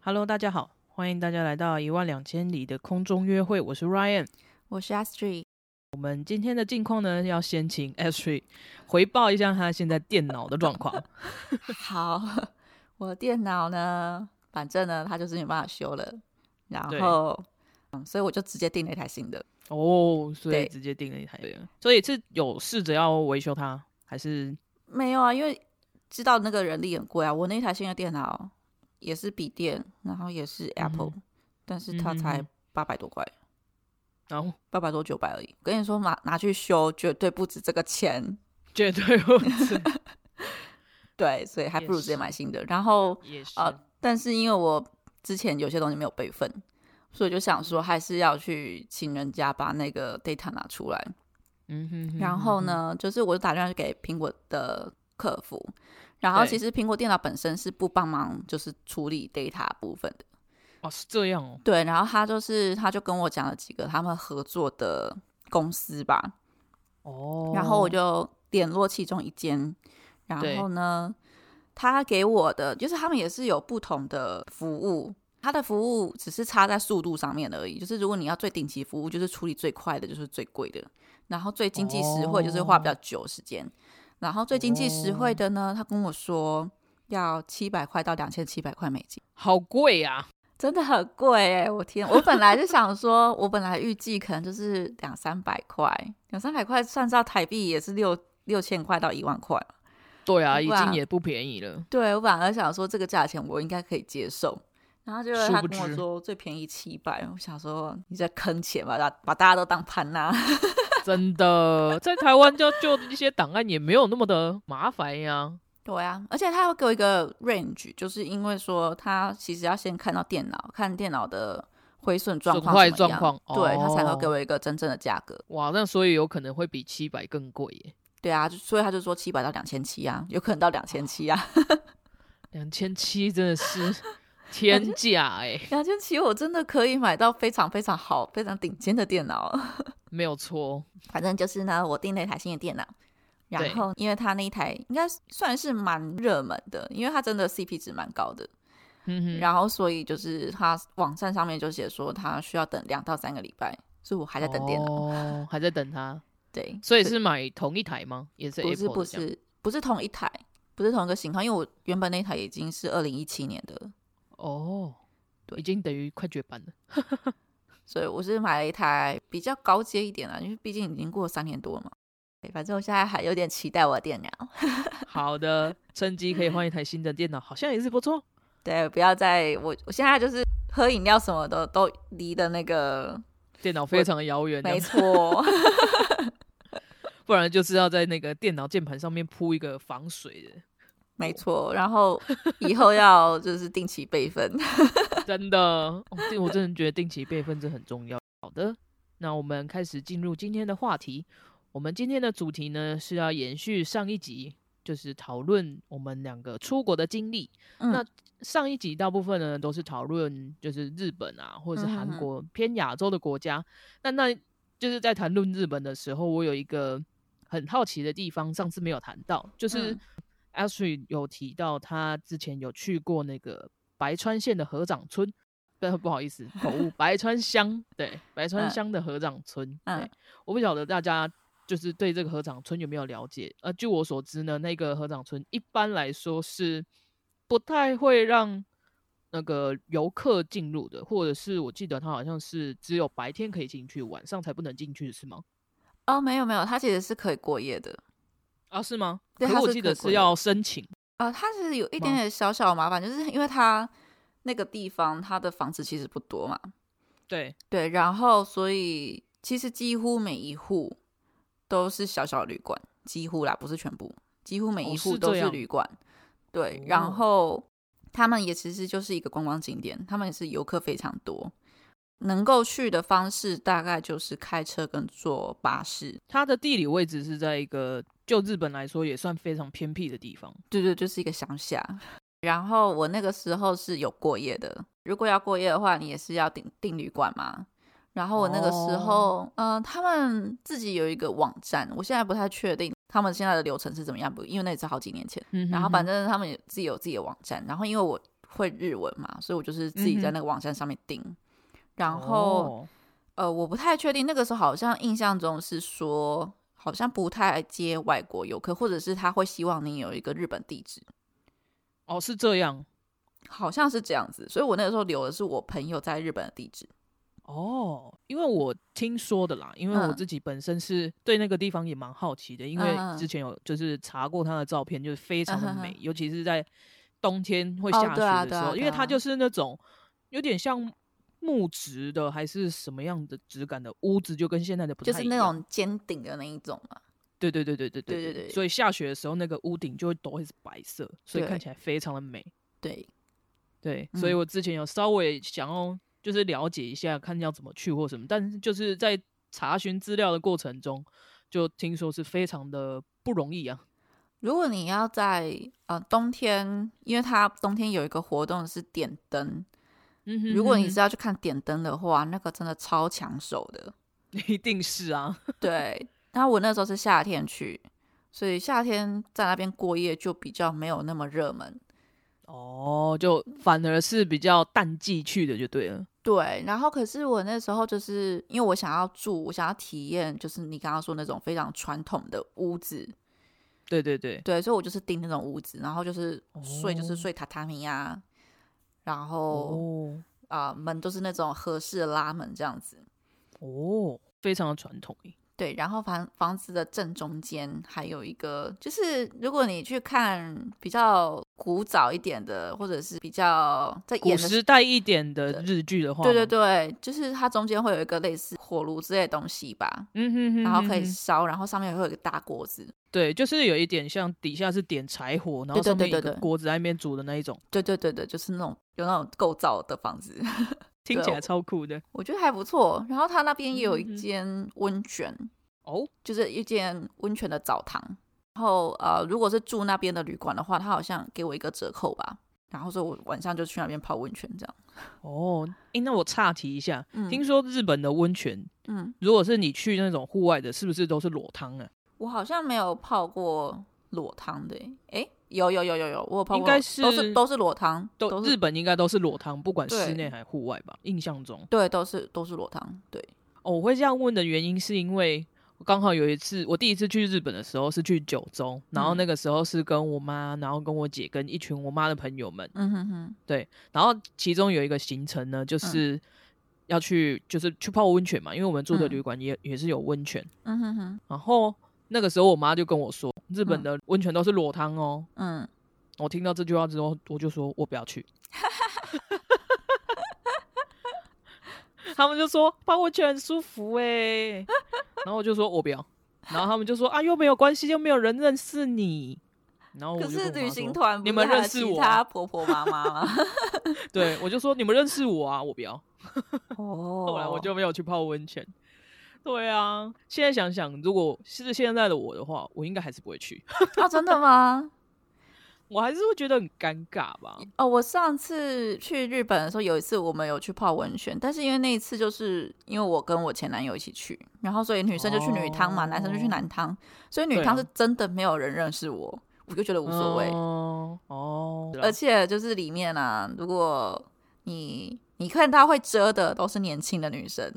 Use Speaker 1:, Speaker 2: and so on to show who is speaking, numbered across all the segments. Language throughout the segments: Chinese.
Speaker 1: Hello，大家好，欢迎大家来到一万两千里的空中约会，我是 Ryan。
Speaker 2: 我是 Astri，
Speaker 1: 我们今天的近况呢，要先请 Ashley 回报一下他现在电脑的状 况。
Speaker 2: 好，我的电脑呢，反正呢，它就是没办法修了，
Speaker 1: 对
Speaker 2: 然后，嗯，所以我就直接订了一台新的。
Speaker 1: 哦，所以
Speaker 2: 对
Speaker 1: 直接订了一台，所以是有试着要维修它，还是
Speaker 2: 没有啊，因为知道那个人力很贵啊，我那台新的电脑也是笔电，然后也是 Apple，、但是它
Speaker 1: 嗯
Speaker 2: 才
Speaker 1: 哼
Speaker 2: 八百多块，
Speaker 1: 然后
Speaker 2: 八百多九百而已。我跟你说，拿拿去修绝对不止这个钱，
Speaker 1: 绝对不是，
Speaker 2: 对，所以还不如直接买新的。然后
Speaker 1: 也是，
Speaker 2: 呃，但是因为我之前有些东西没有备份，所以就想说还是要去请人家把那个 data 拿出来。
Speaker 1: 嗯哼哼
Speaker 2: 然后？呢，就是我就打电话给苹果的客服，然后
Speaker 1: 对
Speaker 2: 其实苹果电脑本身是不帮忙就是处理 data 部分的。
Speaker 1: 哦，是这样哦，
Speaker 2: 对，然后他就是他就跟我讲了几个他们合作的公司吧，
Speaker 1: 哦，
Speaker 2: 然后我就联络其中一间，
Speaker 1: 对
Speaker 2: 然后呢，他给我的就是他们也是有不同的服务，他的服务只是差在速度上面而已。就是如果你要最顶级服务，就是处理最快的，就是最贵的，然后最经济实惠就是花
Speaker 1: 哦
Speaker 2: 比较久时间，然后最经济实惠的呢，他跟我说要七百块到两千七百块美金。
Speaker 1: 好贵啊呀，
Speaker 2: 真的很贵哎、我天！我本来就想说，我本来预计可能就是两三百块，两三百块算到台币也是六六千块到一万块。
Speaker 1: 对啊，已
Speaker 2: 哇
Speaker 1: 经也不便宜了，
Speaker 2: 对我本来想说这个价钱我应该可以接受，然后就
Speaker 1: 殊
Speaker 2: 他
Speaker 1: 不
Speaker 2: 跟我
Speaker 1: 知
Speaker 2: 说最便宜七百，我想说你在坑钱吧，把把大家都当潘娜。
Speaker 1: 真的，在台湾就就一些档案也没有那么的麻烦呀。
Speaker 2: 对啊，而且他会给我一个 range，就是因为说他其实要先看到电脑，看电脑的回损状
Speaker 1: 损
Speaker 2: 况
Speaker 1: 坏
Speaker 2: 怎么样
Speaker 1: 状况
Speaker 2: 对他才
Speaker 1: 哦
Speaker 2: 会给我一个真正的价格。
Speaker 1: 哇，那所以有可能会比七百更贵耶，
Speaker 2: 对啊，就所以他就说七百到两千七啊，有可能到两千七啊，
Speaker 1: 两千七真的是 天价哎，
Speaker 2: 两千七我真的可以买到非常非常好、非常顶尖的电脑。
Speaker 1: 没有错，
Speaker 2: 反正就是呢，我订了一台新的电脑，然后因为它那一台应该算是蛮热门的，因为它真的 CP 值蛮高的，
Speaker 1: 嗯哼，
Speaker 2: 然后所以就是它网站上面就写说它需要等两到三个礼拜，所以我还在等电脑。
Speaker 1: 哦，还在等它，
Speaker 2: 对，
Speaker 1: 所以是买同一台吗？也是
Speaker 2: 不
Speaker 1: Apple
Speaker 2: 是
Speaker 1: 的
Speaker 2: 不
Speaker 1: 这样
Speaker 2: 是不是同一台，不是同一个型号，因为我原本那一台已经是二零一七年的了
Speaker 1: 哦，
Speaker 2: 对
Speaker 1: 已经等于快绝版 了。
Speaker 2: 所以我是买了一台比较高阶一点啦，因为毕竟已经过了三年多了嘛。对反正我现在还有点期待我的电脑，
Speaker 1: 好的，趁机可以换一台新的电脑，好像也是不错。
Speaker 2: 对，不要再我我现在就是喝饮料什么的都离的那个，
Speaker 1: 电脑非常的遥远，这
Speaker 2: 没
Speaker 1: 样
Speaker 2: 错，
Speaker 1: 不然就是要在那个电脑键盘上面铺一个防水的。
Speaker 2: 没错。然后以后要就是定期备份，
Speaker 1: 真的，哦对我真的觉得定期备份这很重要。好的，那我们开始进入今天的话题。我们今天的主题呢是要延续上一集，就是讨论我们两个出国的经历。
Speaker 2: 嗯
Speaker 1: 那上一集大部分呢都是讨论就是日本啊，或者是韩
Speaker 2: 嗯嗯嗯
Speaker 1: 国、偏亚洲的国家。那那就是在谈论日本的时候，我有一个很好奇的地方，上次没有谈到，就是
Speaker 2: 嗯
Speaker 1: Ashley 有提到他之前有去过那个白川县的合掌村， 不不好意思，口误，白川乡对，白川
Speaker 2: 嗯
Speaker 1: 乡的合掌村。
Speaker 2: 嗯
Speaker 1: 对，我不晓得大家就是对这个合掌村有没有了解？呃，据我所知呢，那个合掌村一般来说是不太会让那个游客进入的，或者是我记得它好像是只有白天可以进去，晚上才不能进去，是吗？
Speaker 2: 哦，没有没有，它其实是可以过夜的
Speaker 1: 啊，是吗？
Speaker 2: 对
Speaker 1: 可
Speaker 2: 它
Speaker 1: 我
Speaker 2: 是
Speaker 1: 记
Speaker 2: 可
Speaker 1: 得
Speaker 2: 以过
Speaker 1: 是
Speaker 2: 夜
Speaker 1: 要申请。
Speaker 2: 啊、它是有一
Speaker 1: 吗
Speaker 2: 点点小小的麻烦，就是因为它那个地方它的房子其实不多嘛，
Speaker 1: 对，
Speaker 2: 对，然后所以其实几乎每一户都是小小旅馆，几乎啦，不是全部，几乎每
Speaker 1: 哦
Speaker 2: 一
Speaker 1: 是
Speaker 2: 户都
Speaker 1: 这
Speaker 2: 是
Speaker 1: 样
Speaker 2: 旅馆。对，
Speaker 1: 哦
Speaker 2: 然后他们也其实就是一个观光景点，他们也是游客非常多，能够去的方式大概就是开车跟坐巴士。
Speaker 1: 它的地理位置是在一个就日本来说也算非常偏僻的地方。
Speaker 2: 对对，就是一个乡下。然后我那个时候是有过夜的，如果要过夜的话，你也是要订订旅馆嘛。然后我那个
Speaker 1: 哦
Speaker 2: 时候，嗯、他们自己有一个网站，我现在不太确定他们现在的流程是怎么样，不，因为那也是好几年前。
Speaker 1: 嗯哼
Speaker 2: 然后
Speaker 1: 哼
Speaker 2: 反正他们也自己有自己的网站，然后因为我会日文嘛，所以我就是自己在那个网站上面订。然后、
Speaker 1: 嗯哦
Speaker 2: 呃，我不太确定，那个时候好像印象中是说，好像不太接外国游客，或者是他会希望你有一个日本地址，
Speaker 1: 哦是这样
Speaker 2: 好像是这样子。所以我那个时候留的是我朋友在日本的地址。
Speaker 1: 哦，因为我听说的啦，因为我
Speaker 2: 嗯
Speaker 1: 自己本身是对那个地方也蛮好奇的，因
Speaker 2: 嗯
Speaker 1: 为
Speaker 2: 嗯
Speaker 1: 之前有就是查过它的照片，就是非常的
Speaker 2: 嗯哼哼
Speaker 1: 美，尤其是在冬天会
Speaker 2: 哦
Speaker 1: 下雪
Speaker 2: 对
Speaker 1: 的
Speaker 2: 啊
Speaker 1: 时
Speaker 2: 对啊
Speaker 1: 候，
Speaker 2: 对
Speaker 1: 因为
Speaker 2: 啊
Speaker 1: 它就是那种有点像。木质的还是什么样的质感的屋子，就跟现在的不
Speaker 2: 就
Speaker 1: 太
Speaker 2: 是
Speaker 1: 一
Speaker 2: 那
Speaker 1: 样
Speaker 2: 种尖顶的那一种嘛。
Speaker 1: 对对对对对
Speaker 2: 对对
Speaker 1: 对
Speaker 2: 对
Speaker 1: 所以下雪的时候，那个屋顶就会都会是白色，所以
Speaker 2: 对
Speaker 1: 看起来非常的美。
Speaker 2: 对，
Speaker 1: 对，所以
Speaker 2: 嗯
Speaker 1: 我之前有稍微想要就是了解一下，看要怎么去或什么，但是就是在查询资料的过程中，就听说是非常的不容易啊。
Speaker 2: 如果你要在呃冬天，因为它冬天有一个活动是点灯，
Speaker 1: 嗯哼
Speaker 2: 如果你
Speaker 1: 哼
Speaker 2: 是要去看点灯的话，那个真的超抢手的。
Speaker 1: 哼 一定是啊，
Speaker 2: 对，然后我那时候是夏天去，所以夏天在那边过夜就比较没有那么热门。
Speaker 1: 哦，就反而是比较淡季去的就对了。
Speaker 2: 对，然后可是我那时候就是因为我想要住，我想要体验，就是你刚刚说那种非常传统的屋子，
Speaker 1: 对对对，
Speaker 2: 对，所以我就是订那种屋子，然后就是睡就是
Speaker 1: 哦
Speaker 2: 睡榻榻米啊，然后啊、门都是那种合适的拉门这样子，
Speaker 1: 哦，非常的传统耶。
Speaker 2: 对，然后房房子的正中间还有一个，就是如果你去看比较古早一点的，或者是比较在
Speaker 1: 古
Speaker 2: 演的时，
Speaker 1: 时代一点的日剧的话，
Speaker 2: 对对，对，就是它中间会有一个类似火炉之类的东西吧，
Speaker 1: 嗯哼哼哼
Speaker 2: 然后可以
Speaker 1: 哼
Speaker 2: 烧，然后上面会有一个大锅子，
Speaker 1: 对，就是有一点像底下是点柴火，然后
Speaker 2: 对对
Speaker 1: 上面
Speaker 2: 对
Speaker 1: 一个
Speaker 2: 对对
Speaker 1: 锅子在那边煮的那一种，
Speaker 2: 对对对对，就是那种有那种构造的房子，
Speaker 1: 听起
Speaker 2: 对
Speaker 1: 来超酷的
Speaker 2: 我觉得还不错。然后它那边也有
Speaker 1: 嗯嗯
Speaker 2: 一
Speaker 1: 嗯
Speaker 2: 间温泉，
Speaker 1: 哦。
Speaker 2: 就是一间温泉的澡堂。然后呃，如果是住那边的旅馆的话，他好像给我一个折扣吧。然后说我晚上就去那边泡温泉，这样。
Speaker 1: 哦，诶，那我岔题一下，
Speaker 2: 嗯
Speaker 1: 听说日本的温泉，
Speaker 2: 嗯，
Speaker 1: 如果是你去那种户外的，是不是都是裸汤啊？
Speaker 2: 我好像没有泡过裸汤的耶，诶，有有有有有，我有泡过，
Speaker 1: 应该是
Speaker 2: 都是都是裸汤，
Speaker 1: 都
Speaker 2: 都
Speaker 1: 日
Speaker 2: 是
Speaker 1: 本应该都是裸汤，不管室
Speaker 2: 对
Speaker 1: 内还户外吧。印象中，
Speaker 2: 对，都是都是裸汤，对，
Speaker 1: 哦，我会这样问的原因是因为我刚好有一次，我第一次去日本的时候是去九州，然后
Speaker 2: 嗯
Speaker 1: 那个时候是跟我妈，然后跟我姐跟一群我妈的朋友们，
Speaker 2: 嗯哼哼，
Speaker 1: 然后其中有一个行程呢，
Speaker 2: 嗯
Speaker 1: 就是要去就是去泡温泉嘛，因为我们住的
Speaker 2: 嗯
Speaker 1: 旅馆也、也是有温泉。
Speaker 2: 嗯哼哼，
Speaker 1: 然后那个时候我妈就跟我说，日本的温泉都是裸汤哦。
Speaker 2: 嗯，
Speaker 1: 我听到这句话之后，我就说我不要 去。他们就说泡温泉很舒服哎、然后我就说我不要，然后他们就说啊又没有关系，又没有人认识你。然后我
Speaker 2: 可
Speaker 1: 就是跟我妈
Speaker 2: 旅行
Speaker 1: 说
Speaker 2: 团不
Speaker 1: 你
Speaker 2: 是
Speaker 1: 们
Speaker 2: 还有
Speaker 1: 认识
Speaker 2: 其
Speaker 1: 我啊
Speaker 2: 他婆婆妈妈吗？
Speaker 1: 对我就说你们认识我啊，我不要。
Speaker 2: 哦，
Speaker 1: 后来我就没有去泡温泉。对啊，现在想想，如果是现在的我的话，我应该还是不会去，
Speaker 2: 啊，真的吗？
Speaker 1: 我还是会觉得很尴尬吧。
Speaker 2: 哦，我上次去日本的时候，有一次我们有去泡温泉，但是因为那一次就是因为我跟我前男友一起去，然后所以女生就去女汤嘛，男生就去
Speaker 1: 哦
Speaker 2: 男汤，所以女
Speaker 1: 对
Speaker 2: 汤
Speaker 1: 啊
Speaker 2: 是真的没有人认识我，我就觉得无所谓。
Speaker 1: 哦哦，
Speaker 2: 而且就是里面啊，如果你你看她会遮的都是年轻的女生，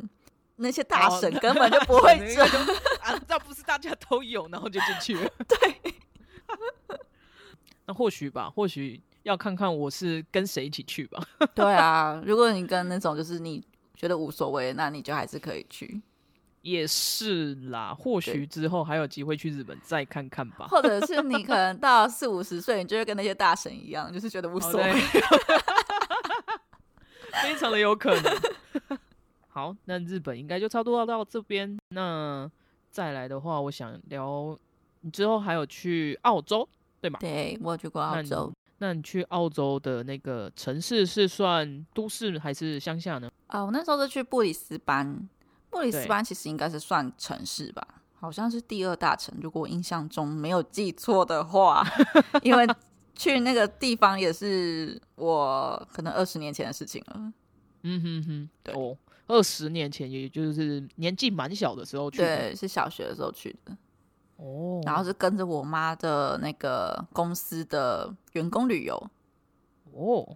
Speaker 2: 那些大
Speaker 1: 哦
Speaker 2: 婶
Speaker 1: 那
Speaker 2: 根本就不会遮
Speaker 1: 那个。就啊，那不是大家都有，然后就进去了。
Speaker 2: 对，
Speaker 1: 那或许吧，或许要看看我是跟谁一起去吧。
Speaker 2: 对啊，如果你跟那种就是你觉得无所谓，那你就还是可以去。
Speaker 1: 也是啦，或许
Speaker 2: 对
Speaker 1: 之后还有机会去日本再看看吧。
Speaker 2: 或者是你可能到四五十岁，你就会跟那些大神一样，就是觉得无所
Speaker 1: 好
Speaker 2: 谓
Speaker 1: 嘞。哦 非常的有可能。好，那日本应该就差不多到这边。那再来的话，我想聊你之后还有去澳洲，
Speaker 2: 对，我有去过
Speaker 1: 那
Speaker 2: 澳
Speaker 1: 你
Speaker 2: 洲
Speaker 1: 那你去澳洲的那个城市是算都市还是乡下呢？
Speaker 2: 啊、我那时候是去布里斯班，布里斯
Speaker 1: 对
Speaker 2: 班其实应该是算城市吧，好像是第二大城，如果我印象中没有记错的 话，因为去那个地方也是我可能二十年前的事情了。
Speaker 1: 嗯哼哼，
Speaker 2: 对
Speaker 1: 哦，二十年前，也就是年纪蛮小的时候去的。
Speaker 2: 对，是小学的时候去的，
Speaker 1: 哦，
Speaker 2: 然后是跟着我妈的那个公司的员工旅游，
Speaker 1: 哦，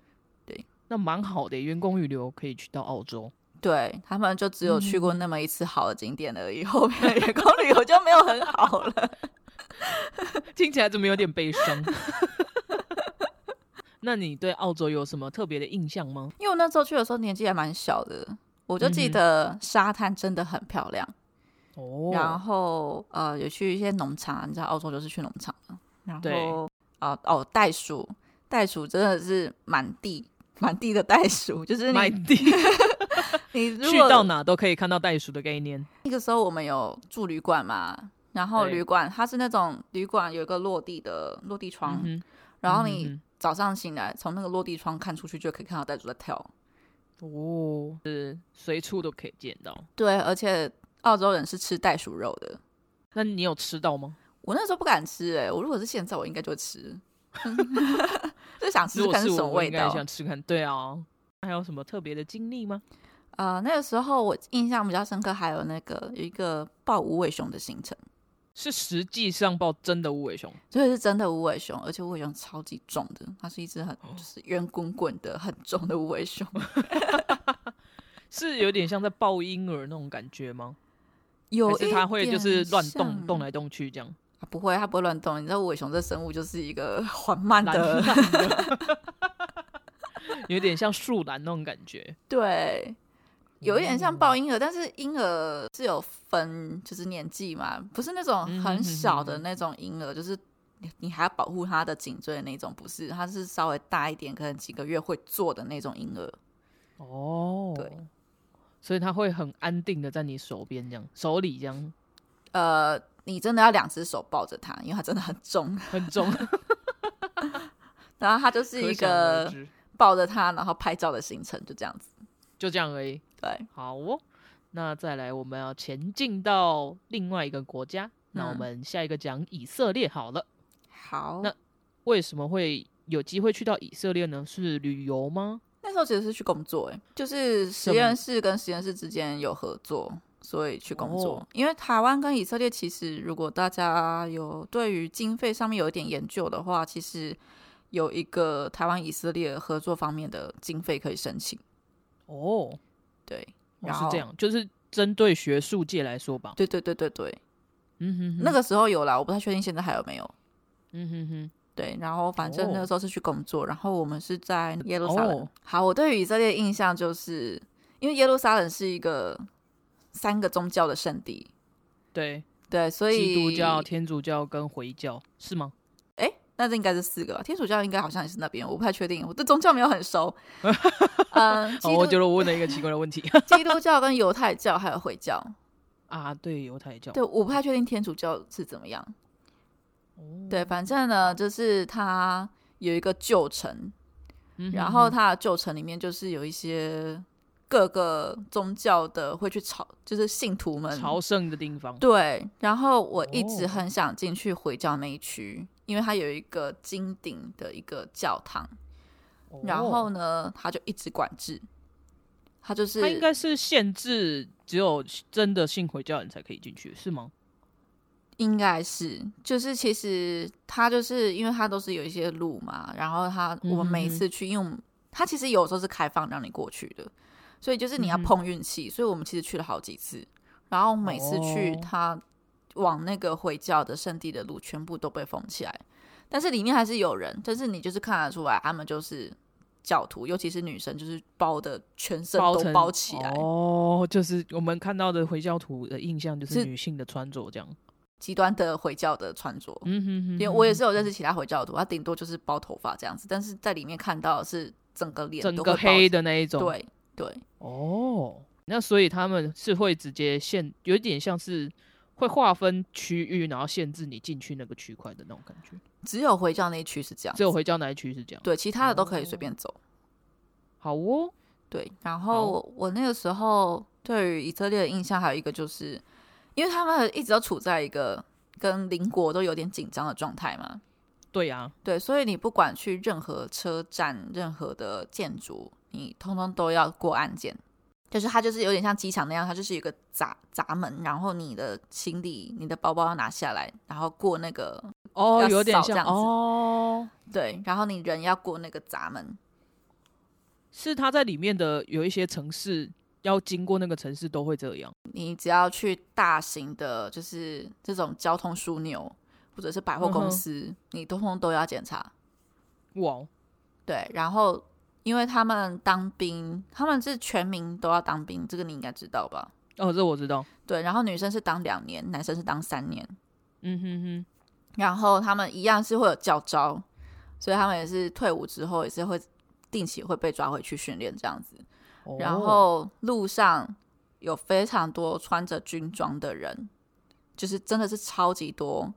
Speaker 1: 那蛮好的，员工预留可以去到澳洲。
Speaker 2: 对他们就只有去
Speaker 1: 嗯
Speaker 2: 过那么一次好的景点而已， 后面的员工旅游就没有很好了。
Speaker 1: 听起来怎么有点悲伤？ 那你对澳洲有什么特别的印象吗？
Speaker 2: 因为我那时候去的时候年纪还蛮小的，我就
Speaker 1: 嗯
Speaker 2: 记得沙滩真的很漂亮，
Speaker 1: 哦
Speaker 2: 然后呃有去一些农场啊，你知道澳洲就是去农场的，然
Speaker 1: 对
Speaker 2: 后啊、哦袋鼠，袋鼠真的是满地满地的袋鼠，就是
Speaker 1: 买
Speaker 2: 你
Speaker 1: 地
Speaker 2: 你如
Speaker 1: 去
Speaker 2: 果
Speaker 1: 到哪都可以看到袋鼠的概念。
Speaker 2: 那个时候我们有住旅馆嘛，然后
Speaker 1: 对
Speaker 2: 旅馆它是那种旅馆有一个落地的落地窗，
Speaker 1: 嗯哼，
Speaker 2: 然后
Speaker 1: 嗯
Speaker 2: 你
Speaker 1: 哼
Speaker 2: 早上醒来从那个落地窗看出去就可以看到袋鼠在跳。
Speaker 1: 哦，是随处都可以见到。
Speaker 2: 对，而且澳洲人是吃袋鼠肉的，
Speaker 1: 那你有吃到吗？
Speaker 2: 我那时候不敢吃哎、我如果是现在我应该就吃， 就想吃
Speaker 1: 如
Speaker 2: 吃
Speaker 1: 果
Speaker 2: 看
Speaker 1: 是
Speaker 2: 是什么
Speaker 1: 我，我
Speaker 2: 味
Speaker 1: 应该
Speaker 2: 道
Speaker 1: 也。想吃看。对啊，还有什么特别的经历吗？
Speaker 2: 呃，那个时候我印象比较深刻，还有那个有一个抱无尾熊的行程，
Speaker 1: 是实际上抱真的无尾熊，
Speaker 2: 所以是真的无尾熊，而且无尾熊超级重的，它是一只很就是圆滚滚的很重的无尾 熊。
Speaker 1: 是有点像在抱婴儿那种感觉吗？
Speaker 2: 有
Speaker 1: 还是它会就是乱动动
Speaker 2: 来、
Speaker 1: 来动去这样？
Speaker 2: 啊不会，它不会乱动。你知道无尾熊这生物就是一个 缓慢
Speaker 1: 懒
Speaker 2: 的，
Speaker 1: 懒的， 有点像树懒那种感觉。
Speaker 2: 对，有一点像
Speaker 1: 哦
Speaker 2: 抱婴儿，但是婴儿是有分就是年纪嘛，不是那种
Speaker 1: 嗯哼
Speaker 2: 很
Speaker 1: 哼
Speaker 2: 小的
Speaker 1: 哼
Speaker 2: 那种婴儿，就是你你还要保护他的颈椎的那种，不是，他是稍微大一点，可能几个月会坐的那种婴儿。
Speaker 1: 哦，
Speaker 2: 对，
Speaker 1: 所以它会很安定的在你手边这样，手里这样
Speaker 2: 呃，你真的要两只手抱着他，因为他真的很重。
Speaker 1: 很重，
Speaker 2: 然后他就是
Speaker 1: 可
Speaker 2: 一
Speaker 1: 想而
Speaker 2: 个
Speaker 1: 知，
Speaker 2: 抱着他然后拍照的行程，就这样子。
Speaker 1: 就这样而已。
Speaker 2: 对，
Speaker 1: 好哦，那再来我们要前进到另外一个国家，那我
Speaker 2: 嗯
Speaker 1: 们下一个讲以色列好了。
Speaker 2: 好，
Speaker 1: 那为什么会有机会去到以色列呢？是旅游吗？
Speaker 2: 那时候其实是去工作、欸，就是实验室跟实验室之间有合作，所以去工作。
Speaker 1: 哦
Speaker 2: 因为台湾跟以色列其实，如果大家有对于经费上面有一点研究的话，其实有一个台湾以色列合作方面的经费可以申请。
Speaker 1: 哦，
Speaker 2: 对，
Speaker 1: 哦
Speaker 2: 然
Speaker 1: 是
Speaker 2: 后
Speaker 1: 这，样，就是针对学术界来说吧。
Speaker 2: 对对对对对，
Speaker 1: 嗯哼哼，
Speaker 2: 那个时候有啦，我不太确定现在还有没有。
Speaker 1: 嗯哼哼，
Speaker 2: 对，然后反正
Speaker 1: 哦
Speaker 2: 那个时候是去工作，然后我们是在耶路撒冷。
Speaker 1: 哦
Speaker 2: 好，我对于以色列的印象就是，因为耶路撒冷是一个三个宗教的圣地，
Speaker 1: 对，
Speaker 2: 对，所以
Speaker 1: 基督教、天主教跟回教是吗？
Speaker 2: 哎，那这应该是四个吧？天主教应该好像也是那边，我不太确定，我对宗教没有很 熟。嗯，基
Speaker 1: 哦，我觉
Speaker 2: 督
Speaker 1: 得我问了一个奇怪的问 题
Speaker 2: 基督教跟犹太教还有回教，
Speaker 1: 啊，对，犹太教，
Speaker 2: 对，我不太确定天主教是怎么样。
Speaker 1: 哦
Speaker 2: 对，反正呢，就是它有一个旧城，
Speaker 1: 嗯哼
Speaker 2: 然后
Speaker 1: 哼
Speaker 2: 它的旧城里面就是有一些各个宗教的会去朝，就是信徒们
Speaker 1: 朝圣的地方，
Speaker 2: 对，然后我一直
Speaker 1: 哦
Speaker 2: 很想进去回教那一区，因为它有一个金顶的一个教堂，
Speaker 1: 哦
Speaker 2: 然后呢，它就一直管制，它就是
Speaker 1: 它应该是限制只有真的信回教人才可以进去，是吗？
Speaker 2: 应该是，就是其实它就是因为它都是有一些路嘛，然后它
Speaker 1: 嗯
Speaker 2: 我们每一
Speaker 1: 哼
Speaker 2: 次去，因为我们它其实有时候是开放让你过去的，所以就是你要
Speaker 1: 嗯哼
Speaker 2: 碰运气，所以我们其实去了好几次，然后每次去
Speaker 1: 哦
Speaker 2: 它往那个回教的圣地的路全部都被封起来，但是里面还是有人，但是你就是看得出来他们就是教徒，尤其是女生，就是包的全身
Speaker 1: 包
Speaker 2: 都
Speaker 1: 成
Speaker 2: 包起来，
Speaker 1: 哦，就是我们看到的回教徒的印象就是
Speaker 2: 是
Speaker 1: 女性的穿着这样，
Speaker 2: 极端的回教的穿着，
Speaker 1: 嗯哼哼，
Speaker 2: 因为我也是有认识其他回教徒，他顶多就是包头发这样子，但是在里面看到的是整个脸
Speaker 1: 整
Speaker 2: 都会
Speaker 1: 个
Speaker 2: 包
Speaker 1: 黑的那一种，
Speaker 2: 对对
Speaker 1: 哦，那所以他们是会直接限，有点像是会划分区域，然后限制你进去那个区块的那种感觉。
Speaker 2: 只有回教那一区是这样子，
Speaker 1: 只有回教那一区是这样。
Speaker 2: 对，其他的都可以
Speaker 1: 哦
Speaker 2: 随便走。
Speaker 1: 好哦，
Speaker 2: 对，然后我我那个时候对于以色列的印象还有一个就是，因为他们一直都处在一个跟邻国都有点紧张的状态嘛，
Speaker 1: 对啊呀、
Speaker 2: 对，所以你不管去任何车站、任何的建筑，你通通都要过安检。就是它就是有点像机场那样，它就是有一个闸闸门，然后你的行李、你的包包要拿下来，然后过那个
Speaker 1: 哦，
Speaker 2: 要
Speaker 1: 有点
Speaker 2: 扫这
Speaker 1: 像
Speaker 2: 样子
Speaker 1: 哦，
Speaker 2: 对，然后你人要过那个闸门。
Speaker 1: 是它在里面的有一些城市要经过那个城市都会这样。
Speaker 2: 你只要去大型的，就是这种交通枢纽或者是百货公司，你通通都要检查。
Speaker 1: 哇，哦
Speaker 2: 对，然后因为他们当兵，他们是全民都要当兵，这个你应该知道吧？
Speaker 1: 哦，这我知道。
Speaker 2: 对，然后女生是当两年，男生是当三年，
Speaker 1: 嗯哼哼，
Speaker 2: 然后他们一样是会有教招，所以他们也是退伍之后也是会定期会被抓回去训练这样子。
Speaker 1: 哦
Speaker 2: 然后路上有非常多穿着军装的人，就是真的是超级多。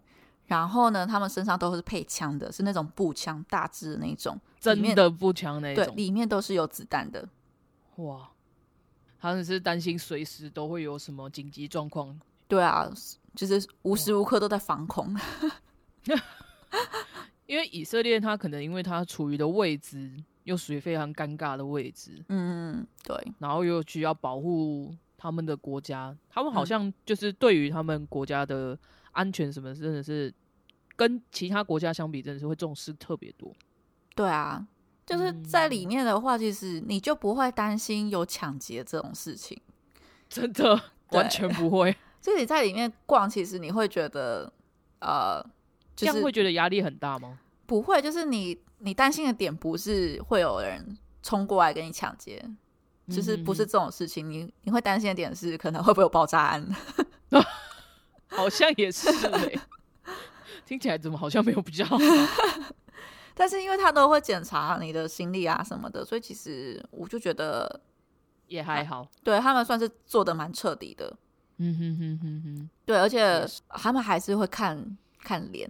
Speaker 2: 然后呢，他们身上都是配枪的，是那种步枪，大支的那种，里
Speaker 1: 真
Speaker 2: 面
Speaker 1: 的不强那一
Speaker 2: 对，
Speaker 1: 种。
Speaker 2: 里面都是有子弹的。
Speaker 1: 哇，他们是担心随时都会有什么紧急状况。
Speaker 2: 对啊，就是无时无刻都在防恐。
Speaker 1: 因为以色列，它可能因为它处于的位置又属于非常尴尬的位置，
Speaker 2: 嗯，对，
Speaker 1: 然后又需要保护他们的国家，他们好
Speaker 2: 嗯
Speaker 1: 像就是对于他们国家的安全什么，真的是跟其他国家相比，真的是会重视特别多。
Speaker 2: 对啊，就是
Speaker 1: 嗯
Speaker 2: 在里面的话，其实你就不会担心有抢劫这种事情。
Speaker 1: 真的
Speaker 2: 对
Speaker 1: 完全不会，
Speaker 2: 就是你在里面逛，其实你会觉得，呃，
Speaker 1: 这
Speaker 2: 就
Speaker 1: 样
Speaker 2: 是
Speaker 1: 会觉得压力很大吗？
Speaker 2: 不会，就是你你担心的点不是会有人冲过来跟你抢劫，就是不是
Speaker 1: 嗯
Speaker 2: 这种事情。你你会担心的点是可能会不会有爆炸案，
Speaker 1: 好像也是欸听起来怎么好像没有比 较好？
Speaker 2: 但是因为他都会检查你的行李啊什么的，所以其实我就觉得
Speaker 1: 也还好。
Speaker 2: 对他们算是做的蛮彻底的。
Speaker 1: 嗯哼哼哼哼，
Speaker 2: 对，而且
Speaker 1: 也是
Speaker 2: 他们还是会看看脸，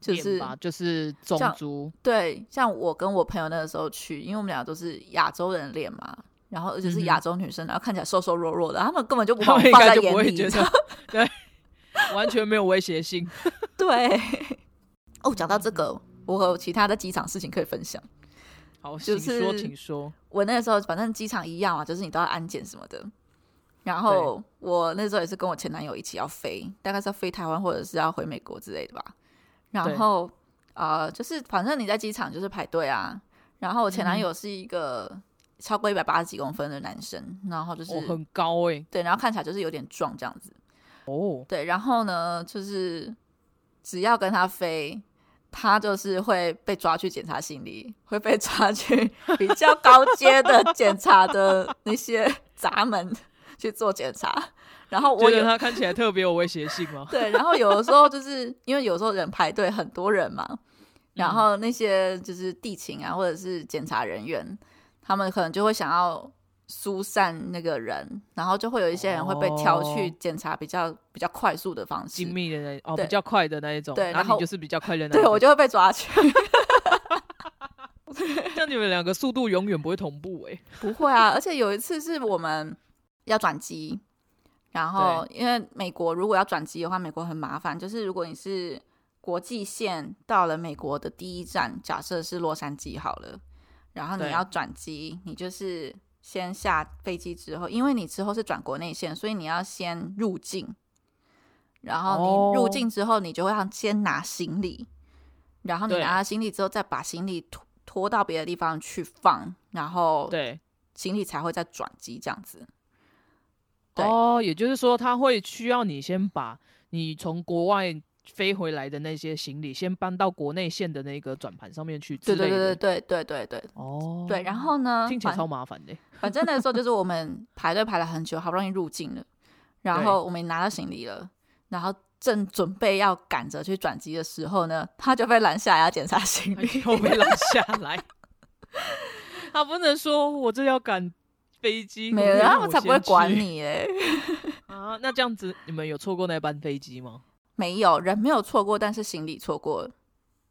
Speaker 2: 就是
Speaker 1: 脸吧，就是种
Speaker 2: 像
Speaker 1: 族，
Speaker 2: 对，像我跟我朋友那个时候去，因为我们俩都是亚洲人脸嘛，然后而且
Speaker 1: 嗯
Speaker 2: 是
Speaker 1: 哼
Speaker 2: 亚洲女生，然后看起来瘦瘦弱弱的，他们根 本就不把
Speaker 1: 他
Speaker 2: 我
Speaker 1: 们应
Speaker 2: 放在
Speaker 1: 该就不
Speaker 2: 眼
Speaker 1: 会
Speaker 2: 里，
Speaker 1: 觉得对，完全没有威胁性。
Speaker 2: 对。 哦，讲到这个，我有其他的机场事情可以分享。
Speaker 1: 好，
Speaker 2: 就
Speaker 1: 请说，
Speaker 2: 是
Speaker 1: 请说。
Speaker 2: 我那时候反正机场一样嘛，就是你都要安检什么的。然后我那时候也是跟我前男友一起要飞，大概是要飞台湾或者是要回美国之类的吧。然后呃，就是反正你在机场就是排队啊。然后我前男友是一个超过一百八十几公分的男生，然后就是、
Speaker 1: 我、很高哎、
Speaker 2: 对，然后看起来就是有点壮这样子。
Speaker 1: 哦，
Speaker 2: 对，然后呢，就是只要跟他飞，他就是会被抓去检查行李，会被抓去比较高阶 的检查的那些闸门去做检查。然后
Speaker 1: 觉
Speaker 2: 我
Speaker 1: 得
Speaker 2: 有？
Speaker 1: 他看起来特别有威胁性吗
Speaker 2: 对，然后有的时候就是因为有时候人排队很多人嘛，然后那些就是地勤啊或者是检查人员，他们可能就会想要。疏散那个人，然后就会有一些人会被挑去
Speaker 1: 哦
Speaker 2: 检查比较、比较快速的方式，
Speaker 1: 精密的那一哦，
Speaker 2: 对
Speaker 1: 比较快的那一种，
Speaker 2: 对然
Speaker 1: 然后
Speaker 2: 后
Speaker 1: 你就是比较 快的那一
Speaker 2: 对
Speaker 1: 种。
Speaker 2: 我就会被抓去。
Speaker 1: 像你们两个速度永远不会同步哎、
Speaker 2: 不会啊，而且有一次是我们要转机，然后因为美国如果要转机的话，美国很麻烦，就是如果你是国际线到了美国的第一站，假设是洛杉矶好了，然后你
Speaker 1: 对
Speaker 2: 要转机，你就是先下飞机之后，因为你之后是转国内线，所以你要先入境，然后
Speaker 1: 哦
Speaker 2: 你入境之后，你就会要先拿行李，然后你
Speaker 1: 对
Speaker 2: 拿了行李之后，再把行李拖拖到别的地方去放，然后
Speaker 1: 对，
Speaker 2: 行李才会再转机这样子。对
Speaker 1: 哦，也就是说他会需要你先把你从国外。飞回来的那些行李，先搬到国内线的那个转盘上面去之
Speaker 2: 对
Speaker 1: 类的。
Speaker 2: 对对对对对对对
Speaker 1: 哦，
Speaker 2: 对。然后呢
Speaker 1: 听，起来
Speaker 2: 反
Speaker 1: 超麻烦的、
Speaker 2: 反正那时候就是我们排队排了很久，好不容易入境了，然后我们拿到行李了，然后正准备要赶着去转机的时候呢，他就被拦下来要检查行
Speaker 1: 他
Speaker 2: 李。
Speaker 1: 又被拦下来。 他不能说我这要赶飞机，
Speaker 2: 没
Speaker 1: 可
Speaker 2: 有，
Speaker 1: 不可以让
Speaker 2: 他们
Speaker 1: 我
Speaker 2: 才不会
Speaker 1: 先去
Speaker 2: 管你哎，
Speaker 1: 啊。那这样子，你们有错过那班飞机吗？
Speaker 2: 没有人没有错过，但是行李错过了，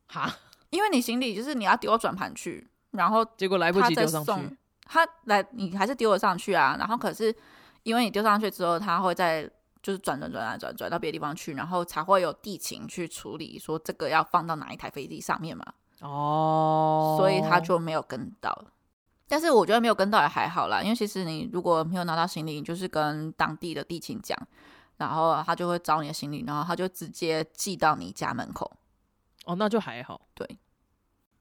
Speaker 1: 哈，
Speaker 2: 因为你行李就是你要丢到转盘去，然后
Speaker 1: 结果来不
Speaker 2: 他
Speaker 1: 及
Speaker 2: 再
Speaker 1: 丢上
Speaker 2: 送
Speaker 1: 去。
Speaker 2: 他来，你还是丢了上去啊。然后可是因为你丢上去之后，他会再就是转转转啊转转到别的地方去，然后才会有地勤去处理，说这个要放到哪一台飞机上面嘛。
Speaker 1: 哦，
Speaker 2: 所以他就没有跟到。但是我觉得没有跟到也还好啦，因为其实你如果没有拿到行李，你就是跟当地的地勤讲，然后他就会找你的行李，然后他就直接寄到你家门口。
Speaker 1: 哦，那就还好。
Speaker 2: 对，